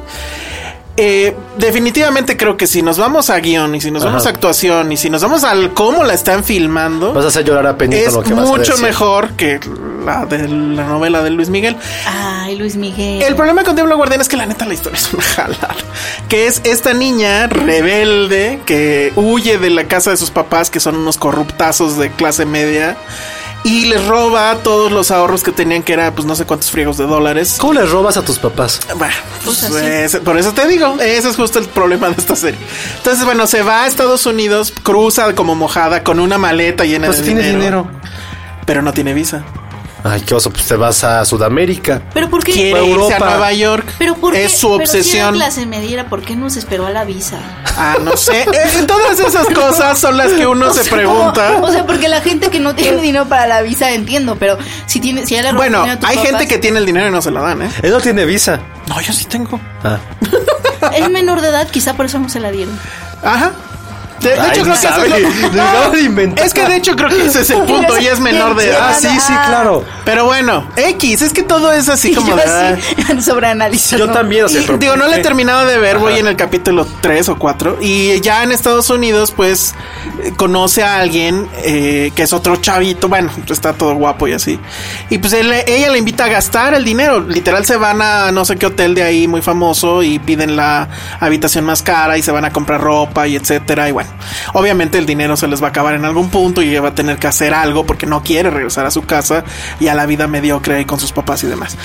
D: Eh, definitivamente creo que si nos vamos a guión y si nos vamos a actuación y si nos vamos al cómo la están filmando,
F: Vas a hacer llorar a Penny
D: es
F: con lo que vas a
D: mucho
F: decir.
D: mejor que la de la novela de Luis Miguel.
E: Ay, Luis Miguel.
D: El problema con Diablo Guardián es que la neta la historia es una jalada. Que es esta niña rebelde que huye de la casa de sus papás, que son unos corruptazos de clase media, y les roba todos los ahorros que tenían, que era pues no sé cuántos friegos de dólares.
F: ¿Cómo le robas a tus papás?
D: Bueno, pues,
E: Pues así.
D: ese- por eso te digo, ese es justo el problema de esta serie. Entonces, bueno, se va a Estados Unidos, cruza como mojada con una maleta llena
F: Pues
D: de
F: tienes dinero.
D: pero no tiene visa.
F: Ay, qué oso, pues te vas a Sudamérica.
E: Pero por qué
D: Quiere irse a Nueva York.
E: Pero por qué
D: es su
E: pero si era
D: obsesión.
E: clase mediera, ¿por qué no se esperó a la visa?
D: Ah, no sé. Eh, Todas esas cosas son las que uno
E: O
D: se
E: sea,
D: pregunta.
E: O sea, porque la gente que no tiene dinero para la visa entiendo, pero si tiene si ya le robaste
D: Bueno,
E: dinero a tus
D: hay gente
E: papás,
D: que tiene el dinero y no se la dan, ¿eh?
F: Él no tiene visa.
D: No, yo sí tengo.
F: Ah.
E: es menor de edad, quizá por eso no se la dieron.
D: Ajá. De, de
F: Ay,
D: hecho, creo que
F: sabe,
D: ese es lo-
F: lo acabo de inventar.
D: Es que de hecho creo que ese es el punto y es menor de edad.
F: Ah, sí, sí, claro.
D: Pero bueno, X, es que todo es así
E: Y
D: como
E: yo
D: de...
E: así, sobreanalizando.
F: Yo también, o sea,
D: Y,
F: pero- eh,
D: digo, no le he
F: ¿qué?
D: terminado de ver, voy en el capítulo 3 o 4. Y ya en Estados Unidos, pues, eh, conoce a alguien eh, que es otro chavito. Bueno, está todo guapo y así. Y pues él- ella le invita a gastar el dinero. Literal, se van a no sé qué hotel de ahí muy famoso y piden la habitación más cara y se van a comprar ropa y etcétera. Y bueno, obviamente el dinero se les va a acabar en algún punto y ella va a tener que hacer algo porque no quiere regresar a su casa y a la vida mediocre ahí con sus papás y demás.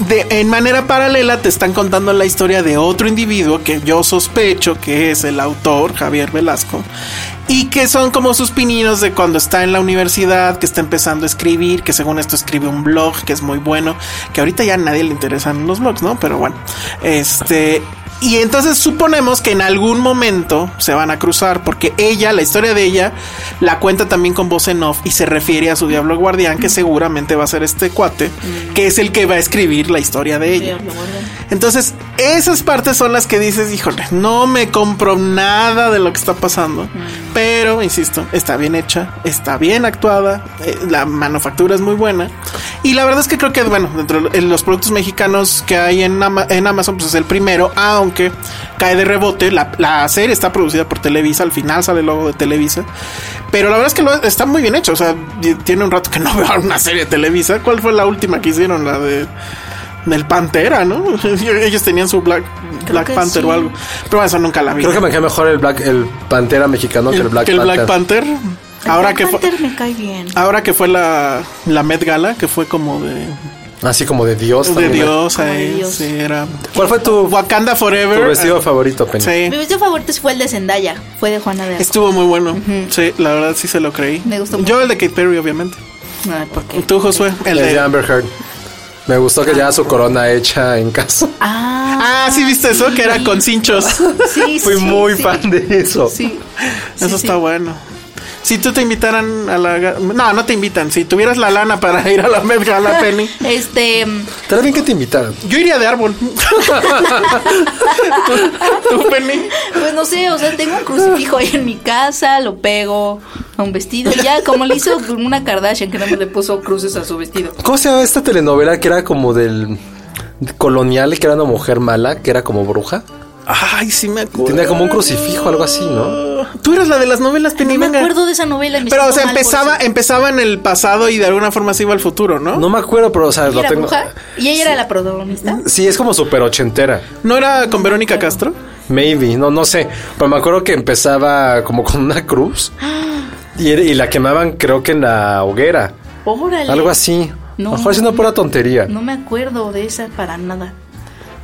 D: De- en manera paralela te están contando la historia de otro individuo que yo sospecho que es el autor Javier Velasco y que son como sus pininos de cuando está en la universidad, que está empezando a escribir, que según esto escribe un blog que es muy bueno, que ahorita ya a nadie le interesan los blogs, ¿no? Pero bueno, este... Y entonces suponemos que en algún momento se van a cruzar porque ella, la historia de ella, la cuenta también con voz en off y se refiere a su diablo guardián que seguramente va a ser este cuate, que es el que va a escribir la historia de ella. Entonces, esas partes son las que dices, híjole, no me compro nada de lo que está pasando. Pero, insisto, está bien hecha, está bien actuada, eh, la manufactura es muy buena. Y la verdad es que creo que, bueno, dentro de los productos mexicanos que hay en, Ama- en Amazon, pues es el primero, aunque cae de rebote. La, la serie está producida por Televisa, al final sale el logo de Televisa. Pero la verdad es que lo- está muy bien hecho. O sea, y- tiene un rato que no veo una serie de Televisa. ¿Cuál fue la última que hicieron? La de del Pantera, ¿no? Ellos tenían su Black, Black
E: que
D: Panther
E: sí.
D: o algo. Pero eso nunca la vi.
F: Creo que me queda mejor el Black, el Pantera mexicano que el Black
D: Que el Black
F: Panther.
D: Panther. Ahora que, fue, Ah,
E: Panther me cae bien.
D: ahora que fue la, la Met Gala, que fue como de,
F: Así como de Dios.
D: de
F: también.
D: Dios.
E: Como de
D: ahí,
E: Dios.
D: sí, era
F: ¿Cuál fue tu,
D: Wakanda Forever.
F: tu vestido favorito, Penny?
D: Sí,
E: Mi vestido favorito fue el de Zendaya, fue de Juana de Arco.
D: estuvo muy bueno. Sí, la verdad sí se lo creí.
E: Me gustó
D: Yo el de Kate Perry, obviamente.
E: Ay, ¿por qué?
D: Tú, Josué, el
F: El de
D: de...
F: Amber Heard. Me gustó que ya su corona hecha en casa.
E: Ah,
D: Ah, sí, viste eso, que era con cinchos.
E: sí,
F: Fui
E: sí,
F: muy
E: sí.
F: fan de eso.
E: Sí.
D: Eso
E: Sí, sí.
D: está bueno. Si tú te invitaran a la... ga- No, no te invitan. Si tuvieras la lana para ir a la Met Gala, Penny.
E: Este, mm,
F: Estaría bien que te invitaran.
D: Yo iría de árbol. ¿Tú, Penny?
E: pues no sé, o sea, tengo un crucifijo ahí en mi casa, lo pego a un vestido, y ya como le hizo una Kardashian que no me le puso cruces a su vestido.
F: ¿Cómo se llama esta telenovela que era como del
C: colonial que era una mujer mala, que era como bruja.
D: Ay, sí me acuerdo.
C: Tenía como un crucifijo, algo así, ¿no?
D: Tú eras la de las novelas
E: No me
D: Pennybanger.
E: acuerdo de esa novela. me
D: Pero, o
E: siento
D: sea,
E: mal por
D: empezaba,
E: eso.
D: empezaba en el pasado y de alguna forma se iba al futuro, ¿no?
C: No me acuerdo, pero o sea,
E: ¿Ah? ¿Y
C: lo
E: era
C: tengo.
E: bruja? ¿Y ella era la protagonista?
C: Sí, es como super ochentera.
D: ¿No era con Verónica Castro?
C: Maybe, no, no sé. Pero me acuerdo que empezaba como con una cruz y, era- y la quemaban, creo que en la hoguera.
E: Órale.
C: Algo así.
E: No.
C: A lo mejor es una pura tontería.
E: No me acuerdo de esa para nada.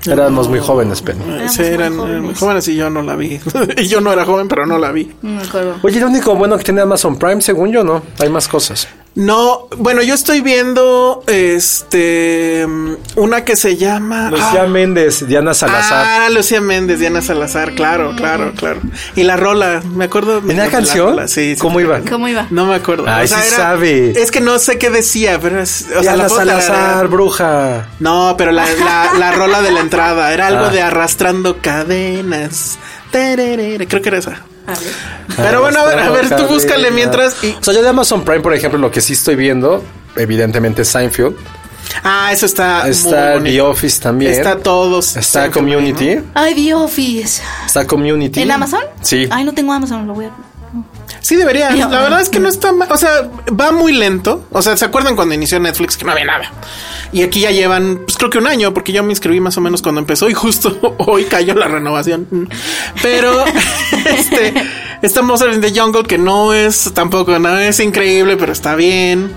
C: Éramos muy jóvenes, Penny.
E: Éramos
D: Sí,
E: muy
D: eran
E: jóvenes.
D: eran muy jóvenes y yo no la vi. y yo no era joven, pero no la vi.
E: No me acuerdo.
C: Oye, el único bueno que tiene Amazon Prime, según yo, no. Hay más cosas.
D: No, bueno, yo estoy viendo este mm, una que se llama
C: Lucía
D: Ah,
C: Méndez, Diana Salazar.
D: Ah, Lucía Méndez, Diana Salazar, claro, claro, claro. Y la rola, me acuerdo. me
C: ¿Tenía
D: acuerdo de la
C: canción?
D: rola, Sí, sí.
C: ¿Cómo iba?
E: ¿Cómo iba?
D: No me acuerdo.
C: Ay, sí sabe.
D: Es que no sé qué decía, pero es.
E: Ah,
D: O sea,
C: Diana
D: la puedo tararear.
C: Salazar, bruja.
D: No, pero la, la, la rola de la entrada era algo
C: Ah.
D: de arrastrando cadenas. Tererere, Creo que era esa.
E: A ver.
D: Pero bueno, a ver, a ver, tú
C: Cadena.
D: búscale mientras. y-
C: O sea, yo de Amazon Prime, por ejemplo, lo que sí estoy viendo, evidentemente es Seinfeld.
D: ah, eso está. muy
C: Está The
D: bonito.
C: Office también.
D: Está todos.
C: Está Community.
E: Ay, The Office.
C: Está Community.
E: ¿En Amazon?
C: Sí.
E: Ay, no tengo Amazon, lo voy a.
D: Sí, debería.
E: Yo-
D: La verdad es que no está mal. O sea, va muy lento. O sea, ¿se acuerdan cuando inició Netflix que no había nada? Y aquí ya llevan, pues creo que un año, porque yo me inscribí más o menos cuando empezó y justo hoy cayó la renovación. Mm. Pero este, esta Monster in the Jungle que no es tampoco, no es increíble, pero está bien.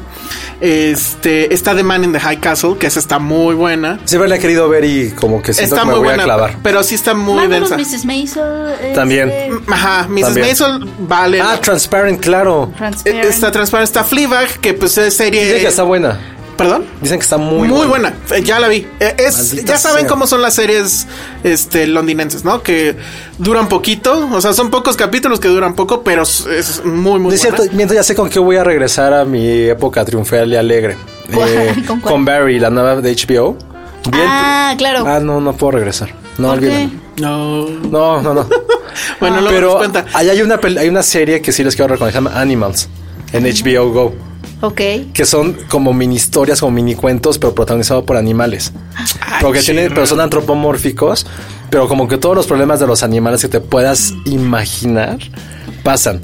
D: Este, está The Man in the High Castle, que esa está muy buena.
C: Siempre la he querido ver y como que siento
D: está
C: que me
D: muy
C: voy
D: buena,
C: a clavar.
D: pero sí está muy
E: Marvelous
D: densa.
E: Mrs. Maisel. este,
C: También.
D: Ajá, Mrs.
C: También.
D: Maisel vale.
C: Ah,
D: la-
C: Transparent, claro.
D: Eh,
E: Transparent.
D: Está transparente, está Fleabag, que pues es serie...
C: Dicen que está buena.
D: ¿Perdón?
C: Dicen que está muy,
D: Muy, buena. Eh, Ya la vi. Eh, es,
C: Maldita
D: ya saben
C: sea.
D: cómo son las series este, londinenses, ¿no? Que duran poquito. O sea, son pocos capítulos que duran poco, pero es- es muy, muy
C: No es
D: buena.
C: cierto, mientras ya sé con qué voy a regresar a mi época triunfal y alegre. Eh,
E: ¿Cuál? ¿Con cuál?
C: Barry, la nueva de HBO. Bien.
E: Ah, claro.
C: Ah, no, no puedo regresar. No,
E: ¿Por qué?
C: olvídalo.
D: No.
C: No, no, no.
E: Ah.
D: Bueno, luego
C: Pero
D: nos cuenta.
C: ahí hay una, pel- hay una serie que sí les quiero recomendar, se llama Animals, en HBO Go,
E: Ok.
C: que son como mini historias, como mini cuentos, pero protagonizados por animales. Porque tienen, pero son antropomórficos, pero como que todos los problemas de los animales que te puedas imaginar pasan.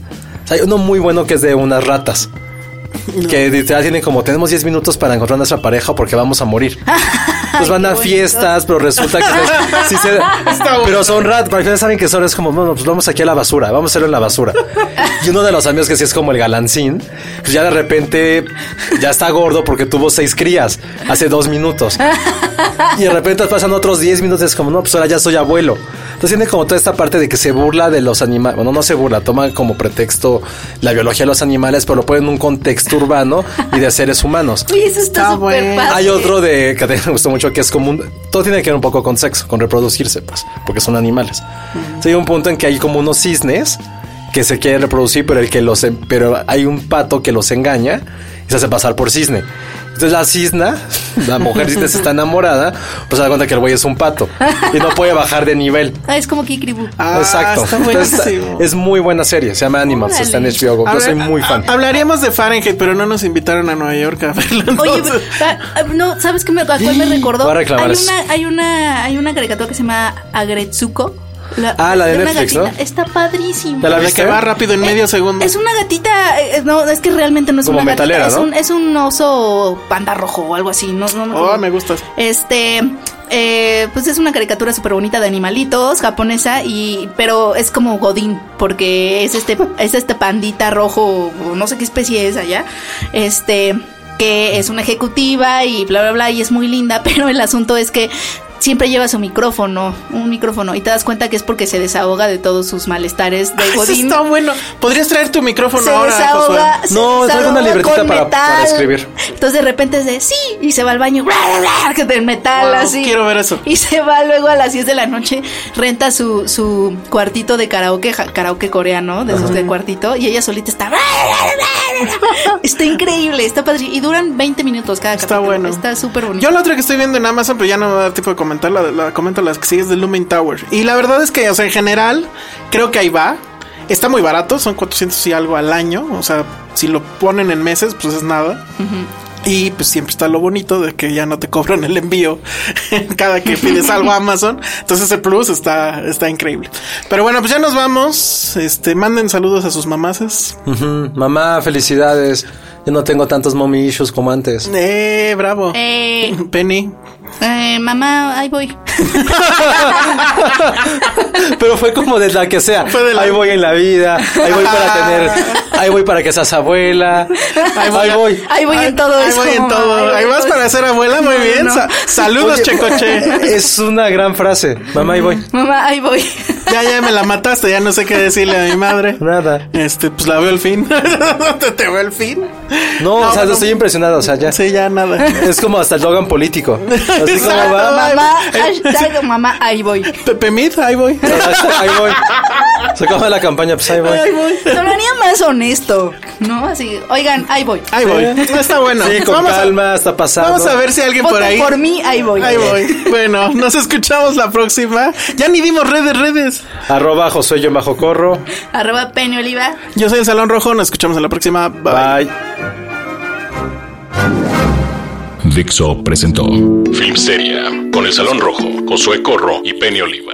C: O sea, hay uno muy bueno que es de unas ratas. Que literal tienen como tenemos 10 minutos para encontrar nuestra pareja porque vamos a morir. Entonces van
E: qué
C: a
E: bonito.
C: fiestas, pero resulta que sí se- pero son ratas, pero al final saben que son es como, bueno, pues vamos aquí a la basura, vamos a hacerlo en la basura. Y uno de los amigos que sí es como el galancín, pues ya de repente ya está gordo porque tuvo seis crías hace dos minutos. Y de repente pasan otros 10 minutos, es como, no, pues ahora ya soy abuelo. Entonces tiene como toda esta parte de que se burla de los animales, bueno, no se burla, toma como pretexto la biología de los animales, pero lo pone en un contexto urbano y de seres humanos.
E: Oye, eso está
D: Está
E: súper
D: bueno.
E: padre.
C: Hay otro de que a mí me gustó mucho que es como un, todo tiene que ver un poco con sexo, con reproducirse, pues, porque son animales. Entonces, hay un punto en que hay como unos cisnes que se quieren reproducir, pero el que los, en- pero hay un pato que los engaña y se hace pasar por cisne. Entonces la cisna, la mujer cisne se está enamorada, pues se da cuenta que el güey es un pato y no puede bajar de nivel.
E: Ah, es como Kikribu.
D: Ah,
C: Exacto.
D: está
C: Entonces,
D: buenísimo.
C: es muy buena serie, se llama Animals, está en
E: Órale.
C: HBO. Go. Yo
D: Habla-
C: soy muy fan.
D: ha- Hablaríamos de Fahrenheit, pero no nos invitaron a Nueva York a verlo.
E: Oye,
D: entonces-
E: pero, ah, no, ¿sabes qué me, a cuál me recordó?
C: Voy a reclamar
E: hay,
C: eso.
E: una, hay, una, hay una caricatura que se llama Agretsuko.
C: Ah, la de
E: una
C: Netflix,
E: gatita.
C: ¿no?
E: Está padrísima.
C: ¿Ya la
D: La
C: viste?
D: que va rápido en medio segundo.
E: Eh, Es una gatita, eh, no, es que realmente no es
C: Como
E: una gatita,
C: metalera,
E: es,
C: ¿no?
E: un, es un oso panda rojo o algo así, no, no, no.
D: Oh, me gusta.
E: Este, eh, pues es una caricatura súper bonita de animalitos, japonesa, y pero es como Godín, porque es este, es este pandita rojo, o no sé qué especie es allá, este, que es una ejecutiva y bla, bla, bla, y es muy linda, pero el asunto es que siempre lleva su micrófono, un micrófono, y te das cuenta que es porque se desahoga de todos sus malestares de
D: Ah, eso
E: Godín.
D: está bueno. ¿Podrías traer tu micrófono
E: Se
D: ahora, Josué?
E: desahoga, se
C: No, traigo
E: desahoga
C: una libretita
E: con
C: para- para
E: metal.
C: escribir.
E: Entonces de repente es de sí y se va al baño, bla, bla, bla, que del metal
D: Wow,
E: así.
D: quiero ver eso.
E: Y se va luego a las 10 de la noche, renta su, su cuartito de karaoke, ja- karaoke coreano, de esos de cuartito, y ella solita está. bla, bla, bla, bla, bla. Está increíble, está padre. Y duran 20 minutos cada
D: Está
E: capítulo.
D: bueno.
E: Está súper bonito.
D: Yo la otra que estoy viendo en Amazon, pero ya no me va a dar tiempo de comentarla, la comento las que sigues de Lumen Tower. Y la verdad es que, o sea, en general, creo que ahí va. Está muy barato, son 400 y algo al año. O sea, si lo ponen en meses, pues es nada. Y pues siempre está lo bonito de que ya no te cobran el envío cada que pides algo a Amazon. Entonces ese plus está, está increíble. Pero bueno, pues ya nos vamos. Este, manden saludos a sus mamazas. ah.
C: Ujú. Mamá, felicidades. Yo no tengo tantos mommy issues como antes.
D: Eh, bravo.
E: Eh,
D: Penny.
E: eh, mamá, ahí voy.
C: Pero fue como de la que sea.
D: Fue de la-
C: Ahí voy en la vida. Ahí voy para tener. Ahí voy para que seas abuela. Ahí voy.
E: Ahí voy en todo
D: Ahí
E: eso,
D: voy en
E: mamá,
D: todo.
E: ahí voy
D: Ahí
E: en
D: vas
E: todo.
D: para ser abuela. Muy
E: No,
D: bien.
E: no.
D: Sa- saludos, Checoche.
C: Es una gran frase. Mamá, ahí voy.
E: Mamá, ahí voy.
D: Ya, ya me la mataste. Ya no sé qué decirle a mi madre.
C: Nada.
D: Este, pues la veo al fin. te, te veo al fin.
C: No, o sea,
D: bueno.
C: estoy impresionado. O sea, ya.
D: Sí, ya nada.
C: Es como hasta el Logan político. Así como
D: Exacto.
C: va.
E: Mamá, hashtag, mamá, ahí voy.
D: Pepe Mid, ahí voy.
C: Ahí voy. Se acaba la campaña, pues ahí voy.
E: Sonaría más honesto, ¿no? Así, oigan, ahí voy.
D: Ahí voy. No está bueno.
C: Sí, con
D: vamos
C: calma, está
D: A,
C: pasando.
D: vamos a ver si alguien por
E: Voten
D: ahí.
E: por mí, ahí voy.
D: Ahí voy. Bueno, nos escuchamos la próxima. Ya ni dimos redes, redes.
C: Arroba Josué yo bajo corro.
E: Arroba Peña Oliva.
D: Yo soy el Salón Rojo. Nos escuchamos en la próxima. Bye. bye.
C: Bye.
B: Dixo presentó Filmsteria con el Salón Rojo, Josué Corro y Penny Oliva.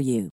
G: you.